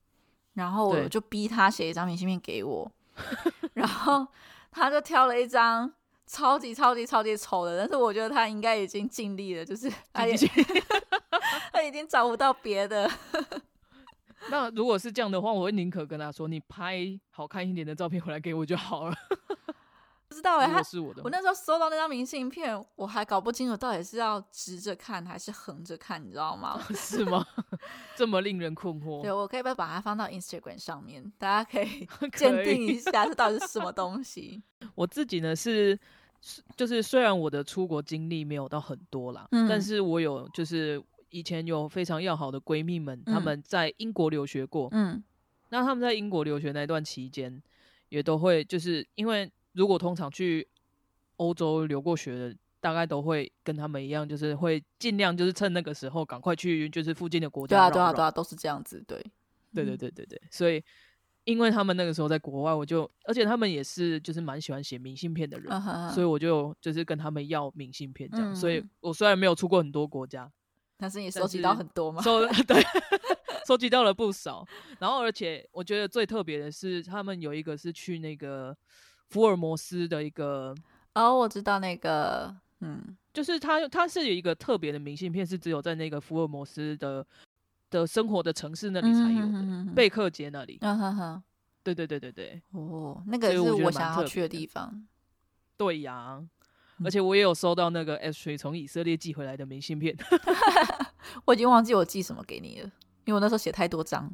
Speaker 2: 然后我
Speaker 1: 对
Speaker 2: 就逼他写一张明信片给我， 然后他就挑了一张超级超级超级丑的，但是我觉得他应该已经尽力 了，就是他也 他已经找不到别的。
Speaker 1: 嗯那如果是这样的话，我会宁可跟他说，你拍好看一点的照片回来给我就好了。
Speaker 2: 知道哎、
Speaker 1: 如
Speaker 2: 他
Speaker 1: 果是我的话，
Speaker 2: 我那时候收到那张明信片，我还搞不清楚到底是要直着看还是横着看，你知道吗？
Speaker 1: 是吗？这么令人困
Speaker 2: 对，
Speaker 1: 惑，
Speaker 2: 我可以不可以把它放到 Instagram 上面，大家可 以
Speaker 1: 可以
Speaker 2: 鉴定一下这到底是什么 东西。
Speaker 1: 我自己呢是。是就是虽然我的出国经历没有到很多啦，
Speaker 2: 嗯
Speaker 1: 但是我有就是以前有非常要好的闺蜜们，她
Speaker 2: 嗯
Speaker 1: 们在英国留学过，
Speaker 2: 嗯
Speaker 1: 那他们在英国留学那段期间，也都会就是因为如果通常去欧洲留过学的，大概都会跟他们一样，就是会尽量就是趁那个时候赶快去就是附近的国
Speaker 2: 对
Speaker 1: 家
Speaker 2: 啊，
Speaker 1: 绕
Speaker 2: 对啊，
Speaker 1: 绕。
Speaker 2: 对啊，都是这样子，对，嗯
Speaker 1: 对对对对对，所以因为他们那个时候在国外，我就而且他们也是就是蛮喜欢写明信片的人，
Speaker 2: 嗯哼哼
Speaker 1: 所以我就就是跟他们要明信片这样。
Speaker 2: 嗯
Speaker 1: 所以我虽然没有出过很多国家，
Speaker 2: 但是你
Speaker 1: 但
Speaker 2: 收集
Speaker 1: 是
Speaker 2: 到很多吗？
Speaker 1: 收 对，收集到了不少。然后，而且我觉得最特别的是，他们有一个是去那个福尔摩斯的一个，
Speaker 2: 哦，我知道那个，嗯
Speaker 1: 就是他他是有一个特别的明信片，是只有在那个福尔摩斯的的生活的城市那里才有
Speaker 2: 嗯哼
Speaker 1: 的，
Speaker 2: 哼哼
Speaker 1: 贝克街那里。
Speaker 2: 嗯哼哼，
Speaker 1: 对对对对对
Speaker 2: 哦，那个
Speaker 1: 所以
Speaker 2: 是
Speaker 1: 我觉得
Speaker 2: 我
Speaker 1: 蛮
Speaker 2: 想
Speaker 1: 特
Speaker 2: 要
Speaker 1: 别
Speaker 2: 去的
Speaker 1: 的
Speaker 2: 地方。
Speaker 1: 对呀、
Speaker 2: 嗯
Speaker 1: 而且我也有收到那个 Ashley 从以色列寄回来的明信片，
Speaker 2: 我已经忘记我寄什么给你了，因为我那时候写太多张。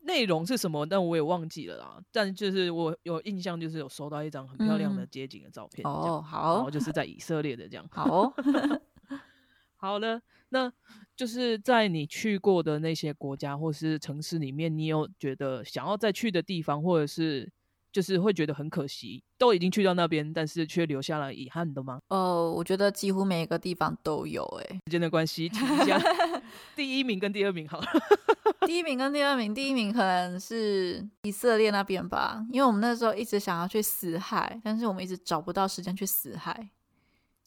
Speaker 1: 内容是什么，但我也忘记了啦。但就是我有印象，就是有收到一张很漂亮的
Speaker 2: 嗯
Speaker 1: 街景的照片，这样
Speaker 2: 哦，
Speaker 1: 然
Speaker 2: 好
Speaker 1: 后就是在以色列的这样。
Speaker 2: 好哦，
Speaker 1: 好了，那就是在你去过的那些国家或是城市里面，你有觉得想要再去的地方，或者是就是会觉得很可惜，都已经去到那边，但是却留下了遗憾的吗？
Speaker 2: 哦，我觉得几乎每一个地方都有哎、
Speaker 1: 之间的关系，提一 下第一名跟第二名好了。
Speaker 2: 第一名跟第二名，第一名可能是以色列那边吧，因为我们那时候一直想要去死海，但是我们一直找不到时间去死海。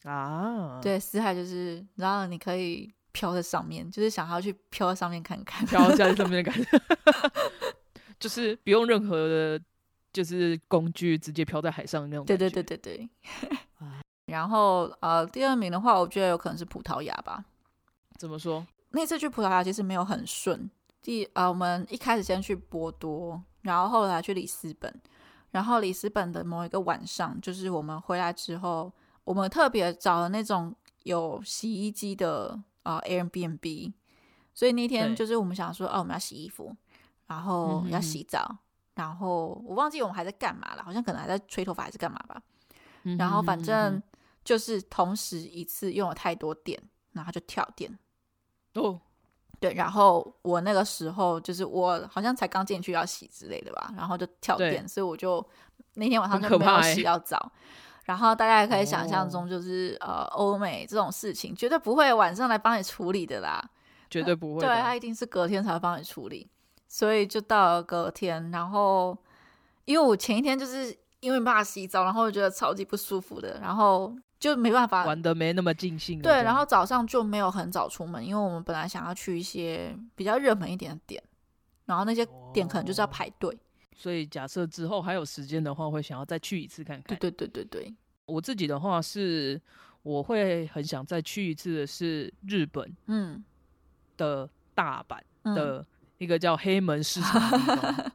Speaker 1: 啊，，
Speaker 2: 对，死海就是，然后你可以飘在上面，就是想要去飘在上面看看。
Speaker 1: 飘在上面的感觉， 就是不用任何的，就是工具，直接飘在海上的那种
Speaker 2: 对
Speaker 1: 感
Speaker 2: 对
Speaker 1: 觉。啊
Speaker 2: 对对对。 然后呃，第二名的话，我觉得有可能是葡萄牙吧。
Speaker 1: 怎么说？
Speaker 2: 那次去葡萄牙其实没有很顺。第啊、我们一开始先去波多，然后后来去里斯本，然后里斯本的某一个晚上，就是我们回来之后，我们特别找了那种有洗衣机的啊、呃 Airbnb，所以那天
Speaker 1: 对
Speaker 2: 就是我们想说，哦，我们要洗衣服，然
Speaker 1: 嗯
Speaker 2: 后
Speaker 1: 哼
Speaker 2: 要
Speaker 1: 哼
Speaker 2: 洗澡，然后我忘记我们还在干嘛了，好像可能还在吹头发还是干嘛吧。
Speaker 1: 嗯
Speaker 2: 然后反正就是同时一次用了太多电，然后它就跳电。
Speaker 1: 哦，
Speaker 2: 对，然后我那个时候就是我好像才刚进去要洗之类的吧，然后就跳
Speaker 1: 对
Speaker 2: 电，所以我就那天晚上
Speaker 1: 很
Speaker 2: 就
Speaker 1: 可
Speaker 2: 没有
Speaker 1: 怕欸
Speaker 2: 洗到澡。然后大家也可以想象
Speaker 1: 哦
Speaker 2: 中，就是、呃，欧美这种事情绝对不会晚上来帮你处理的啦，
Speaker 1: 绝对不会
Speaker 2: 对，啊
Speaker 1: 的。
Speaker 2: 他一定是隔天才会帮你处理。所以就到了隔天，然后因为我前一天就是因为没办法洗澡，然后我觉得超级不舒服的，然后就没办法
Speaker 1: 玩的没那么尽兴了这样。
Speaker 2: 啊对，然后早上就没有很早出门，因为我们本来想要去一些比较热门一点的点，然后那些点可能就是要
Speaker 1: 哦
Speaker 2: 排队。
Speaker 1: 所以假设之后还有时间的话，会想要再去一次看看。
Speaker 2: 对对对对对，
Speaker 1: 我自己的话是，我会很想再去一次的是日本
Speaker 2: 嗯
Speaker 1: 的大阪
Speaker 2: 嗯，
Speaker 1: 的一个叫黑门市场的地 方。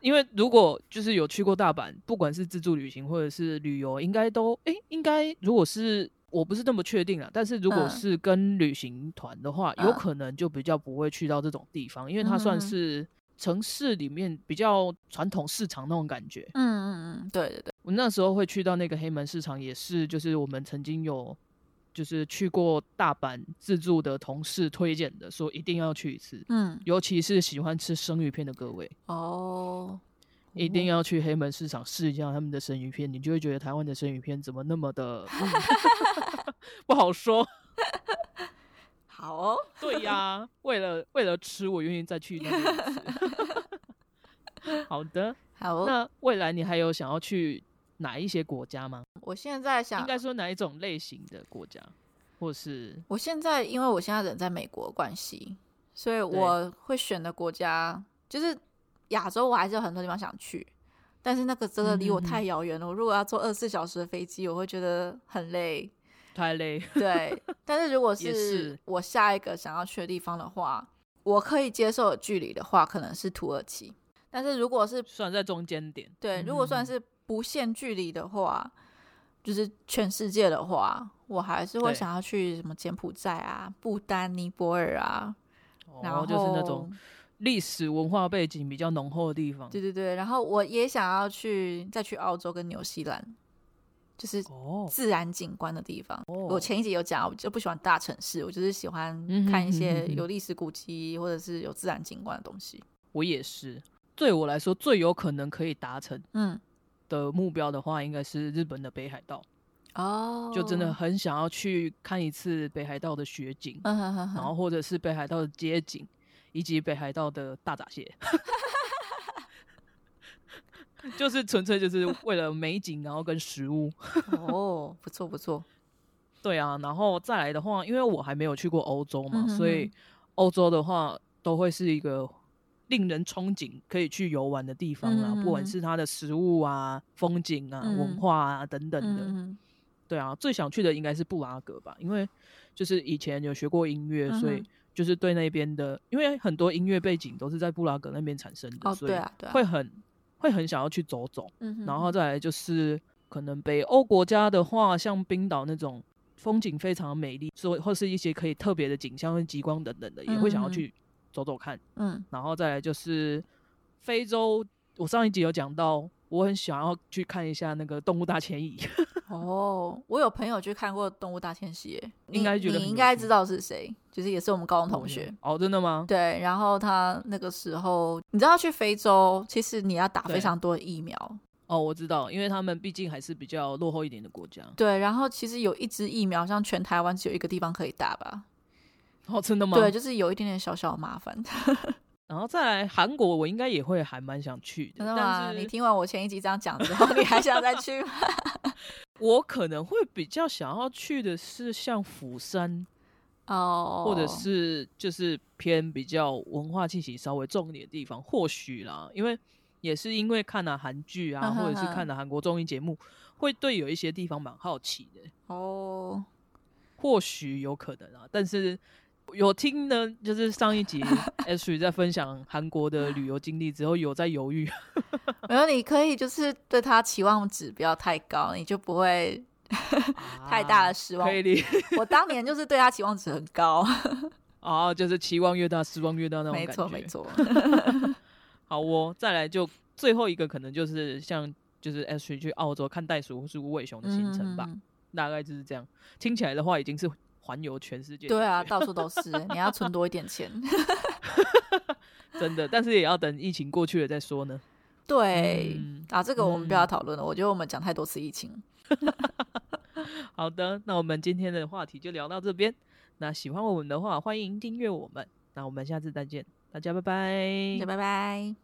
Speaker 1: 因为如果就是有去过大阪，不管是自助旅行或者是旅游，应该都诶、应该如果是我不是那么确定啊，但是如果
Speaker 2: 嗯
Speaker 1: 是跟旅行团的话，有
Speaker 2: 嗯
Speaker 1: 可能就比较不会去到这种地方，因为它
Speaker 2: 嗯
Speaker 1: 算
Speaker 2: 哼哼
Speaker 1: 是城市里面比较传统市场那种感觉。
Speaker 2: 嗯嗯嗯，对对对，
Speaker 1: 我那时候会去到那个黑门市场，也是就是我们曾经有就是去过大阪自助的同事推荐的，说一定要去一次，
Speaker 2: 嗯
Speaker 1: 尤其是喜欢吃生鱼片的各位，
Speaker 2: 哦，
Speaker 1: 一定
Speaker 2: 要
Speaker 1: 要去黑门市场试一下他们的生鱼片，你就会觉得台湾的生鱼片怎么那么 的、嗯不好说。
Speaker 2: 好哦，
Speaker 1: 对呀、为了为了吃，我愿意再去那边一次。 好 的，
Speaker 2: 好哦。
Speaker 1: 那未来你还有想要去哪一些国家吗？
Speaker 2: 我现在想
Speaker 1: 应，该说哪一种类型的国家，或是
Speaker 2: 我现在因为我现在人在美国的关系，所以我会选的国家就是亚洲，我还是有很多地方想去。但是那个真的离我
Speaker 1: 嗯哼哼
Speaker 2: 太遥远了，我如果要坐二十四小时的飞机，我会觉得很累。
Speaker 1: 太累，
Speaker 2: 对，但是如果
Speaker 1: 也
Speaker 2: 是
Speaker 1: 是
Speaker 2: 我下一个想要去的地方的话，我可以接受的距离的话，可能是土耳其。但是如果是
Speaker 1: 算在中间点。
Speaker 2: 对，
Speaker 1: 嗯
Speaker 2: 如果
Speaker 1: 嗯
Speaker 2: 算
Speaker 1: 嗯
Speaker 2: 是不限距离的话，就是全世界的话，我还是会
Speaker 1: 对
Speaker 2: 想要去什么柬埔寨啊、不丹、尼泊尔啊，然
Speaker 1: 然后嗯哦就是那种历史文化背景比较浓厚的地方。
Speaker 2: 对对对，然后我也想要去再去澳洲跟纽西兰，就是
Speaker 1: 哦，
Speaker 2: 自然景观的地方。
Speaker 1: 哦
Speaker 2: 我前一集有讲，我就不喜欢大城市，我就是喜欢
Speaker 1: 嗯哼
Speaker 2: 看一
Speaker 1: 嗯
Speaker 2: 些
Speaker 1: 哼嗯
Speaker 2: 有历史古迹或者是有自然景观的东西。
Speaker 1: 我也是。对我来说，最有可能可以达成
Speaker 2: 嗯，
Speaker 1: 的目标的话，应该是日本的北海道。
Speaker 2: 哦，
Speaker 1: 就真的，很想要去看一次北海道的雪景，
Speaker 2: 嗯哼哼
Speaker 1: 然
Speaker 2: 哼，
Speaker 1: 后或者是北海道的街景，以及北海道的大闸 蟹。就是纯粹就是为了美景，然后跟食物，
Speaker 2: 哦，不错不 错，
Speaker 1: 对啊，然后再来的话，因为我还没有去过欧洲嘛，
Speaker 2: 嗯哼哼
Speaker 1: 所以欧洲的话都会是一个令人憧憬可以去游玩的地方啦，
Speaker 2: 嗯哼哼
Speaker 1: 不管是它的食物啊、风景啊、
Speaker 2: 嗯
Speaker 1: 文化啊等等的。
Speaker 2: 嗯
Speaker 1: 对啊，最想去的应该是布拉格吧，因为就是以前有学过音乐，
Speaker 2: 嗯哼
Speaker 1: 所以就是对那边的，因为很多音乐背景都是在布拉格那边产生的，
Speaker 2: 哦，
Speaker 1: 所以
Speaker 2: 对啊对啊，
Speaker 1: 会很会很想要去走走。
Speaker 2: 嗯哼，
Speaker 1: 然后再来就是可能北欧国家的话，像冰岛那种风景非常美丽，所以或是一些可以特别的景象、跟极光等等的，也会想要
Speaker 2: 嗯嗯嗯
Speaker 1: 去走走看。
Speaker 2: 嗯
Speaker 1: 然后再来就是非洲，我上一集有讲到，我很想要去看一下那个动物大迁移。
Speaker 2: 哦，我有朋友去看过《动物大迁徙》耶，
Speaker 1: 应
Speaker 2: 你
Speaker 1: 该觉得
Speaker 2: 你
Speaker 1: 很
Speaker 2: 应
Speaker 1: 有
Speaker 2: 该
Speaker 1: 趣
Speaker 2: 知道是谁，就是也是我们高中同学。
Speaker 1: 哦，真的吗？
Speaker 2: 对，然后他那个时候，你知道去非洲，其实你要打非
Speaker 1: 对
Speaker 2: 常多的疫苗。
Speaker 1: 哦，我知道，因为他们毕竟还是比较落后一点的国家。
Speaker 2: 对，然后其实有一支疫苗，像全台湾只有一个地方可以打吧？
Speaker 1: 哦，真的吗？
Speaker 2: 对，。就是有一点点小小的麻烦。
Speaker 1: 然后再来韩国，我应该也会还蛮想去的，
Speaker 2: 真的吗？
Speaker 1: 但
Speaker 2: 你
Speaker 1: 是
Speaker 2: 听完我前一集这样讲 之后，你还想再去吗？
Speaker 1: 我可能会比较想要去的是像釜山，
Speaker 2: 哦，
Speaker 1: 或者是就是偏比较文化气息稍微重一点的地方，或许啦，因为也是因为看了韩剧啊，
Speaker 2: 嗯哼
Speaker 1: 或者是
Speaker 2: 哼
Speaker 1: 看了韩国综艺节目，会对有一些地方蛮好奇的。
Speaker 2: 哦，
Speaker 1: 或许有可能啊，但是有听呢，就是上一 集 Ashley 在分享韩国的旅游经历之后，有在犹豫，
Speaker 2: 没有，你可以就是对他期望值不要太高，你就不会太大的失望。
Speaker 1: 可以理
Speaker 2: 我当年就是对他期望值很高，
Speaker 1: 啊，就是期望越大，失望越大那种
Speaker 2: 没
Speaker 1: 感觉。
Speaker 2: 错没。错。
Speaker 1: 好哦，再来就最后一个，可能就是像就是 Ashley 去澳洲看袋鼠或是无尾熊 的行程吧，
Speaker 2: 嗯
Speaker 1: 大概就是这样。听起来的话，已经是环游全世界。
Speaker 2: 对啊，，到处都是，你要存多一点钱。
Speaker 1: 真的，但是也要等疫情过去了再说呢。
Speaker 2: 对、
Speaker 1: 嗯
Speaker 2: 啊，这个我们不要讨论了。我觉得我们讲太多次疫情。
Speaker 1: 好的，那我们今天的话题就聊到这边。那喜欢我们的话，欢迎订阅我们。那我们下次再见，大家拜拜
Speaker 2: 那。拜拜。